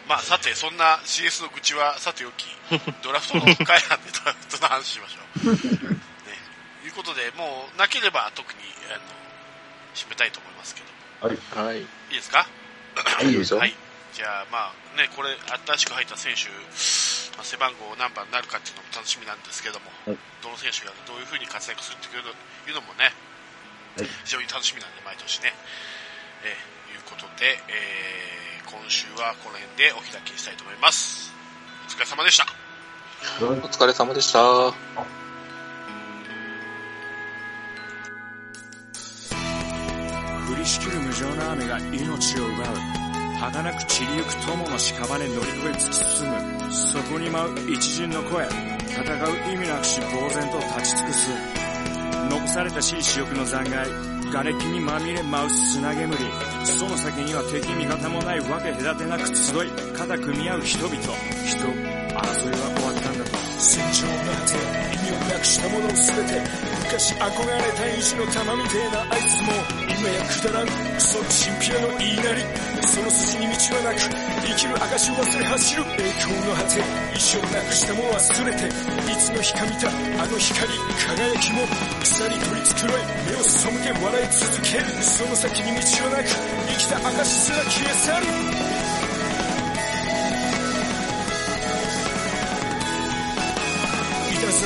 [SPEAKER 3] まあ、さて、そんな CS の愚痴はさておき、ドラフトの回なんで、ドラフトの話しましょう。ね。いうことで、もう、なければ特に、あの、締めたいと思いますけど。
[SPEAKER 1] はい。
[SPEAKER 3] いいですか
[SPEAKER 1] いいですよ
[SPEAKER 3] はい。じゃあ、まあね、これ、新しく入った選手、まあ、背番号何番になるかっていうのも楽しみなんですけども、
[SPEAKER 2] はい
[SPEAKER 3] どの選手がどういうふうに活躍するっていうのいうのもね、
[SPEAKER 2] はい
[SPEAKER 3] 非常に楽しみなんで、毎年ね。えーいうことで、えー今週はこの辺でお開きにしたいと思います。お疲れ様でした。
[SPEAKER 1] お疲れ様でした。
[SPEAKER 5] 降りしきる無情な雨が命を奪う儚く散りゆく友の屍乗り越え突き進むそこに舞う一陣の声戦う意味なくし呆然と立ち尽くす残されたしい死翼の残骸瓦礫にまみれ舞う砂煙その先には敵味方もないわけ隔てなく集い肩組み合う人々人争いは終わったんだと戦場の果て意味をなくしたもの全て昔憧れた意地の玉みてえなあいつも今やくだらんクソチンピラの言いなりその筋に道はなく生きる証を忘れ走る栄光の果て意志をなくしたも忘れていつの日か見たあの光輝きも草に取り繕い目を背け笑い続けるその先に道はなく生きた証すら消え去るいたず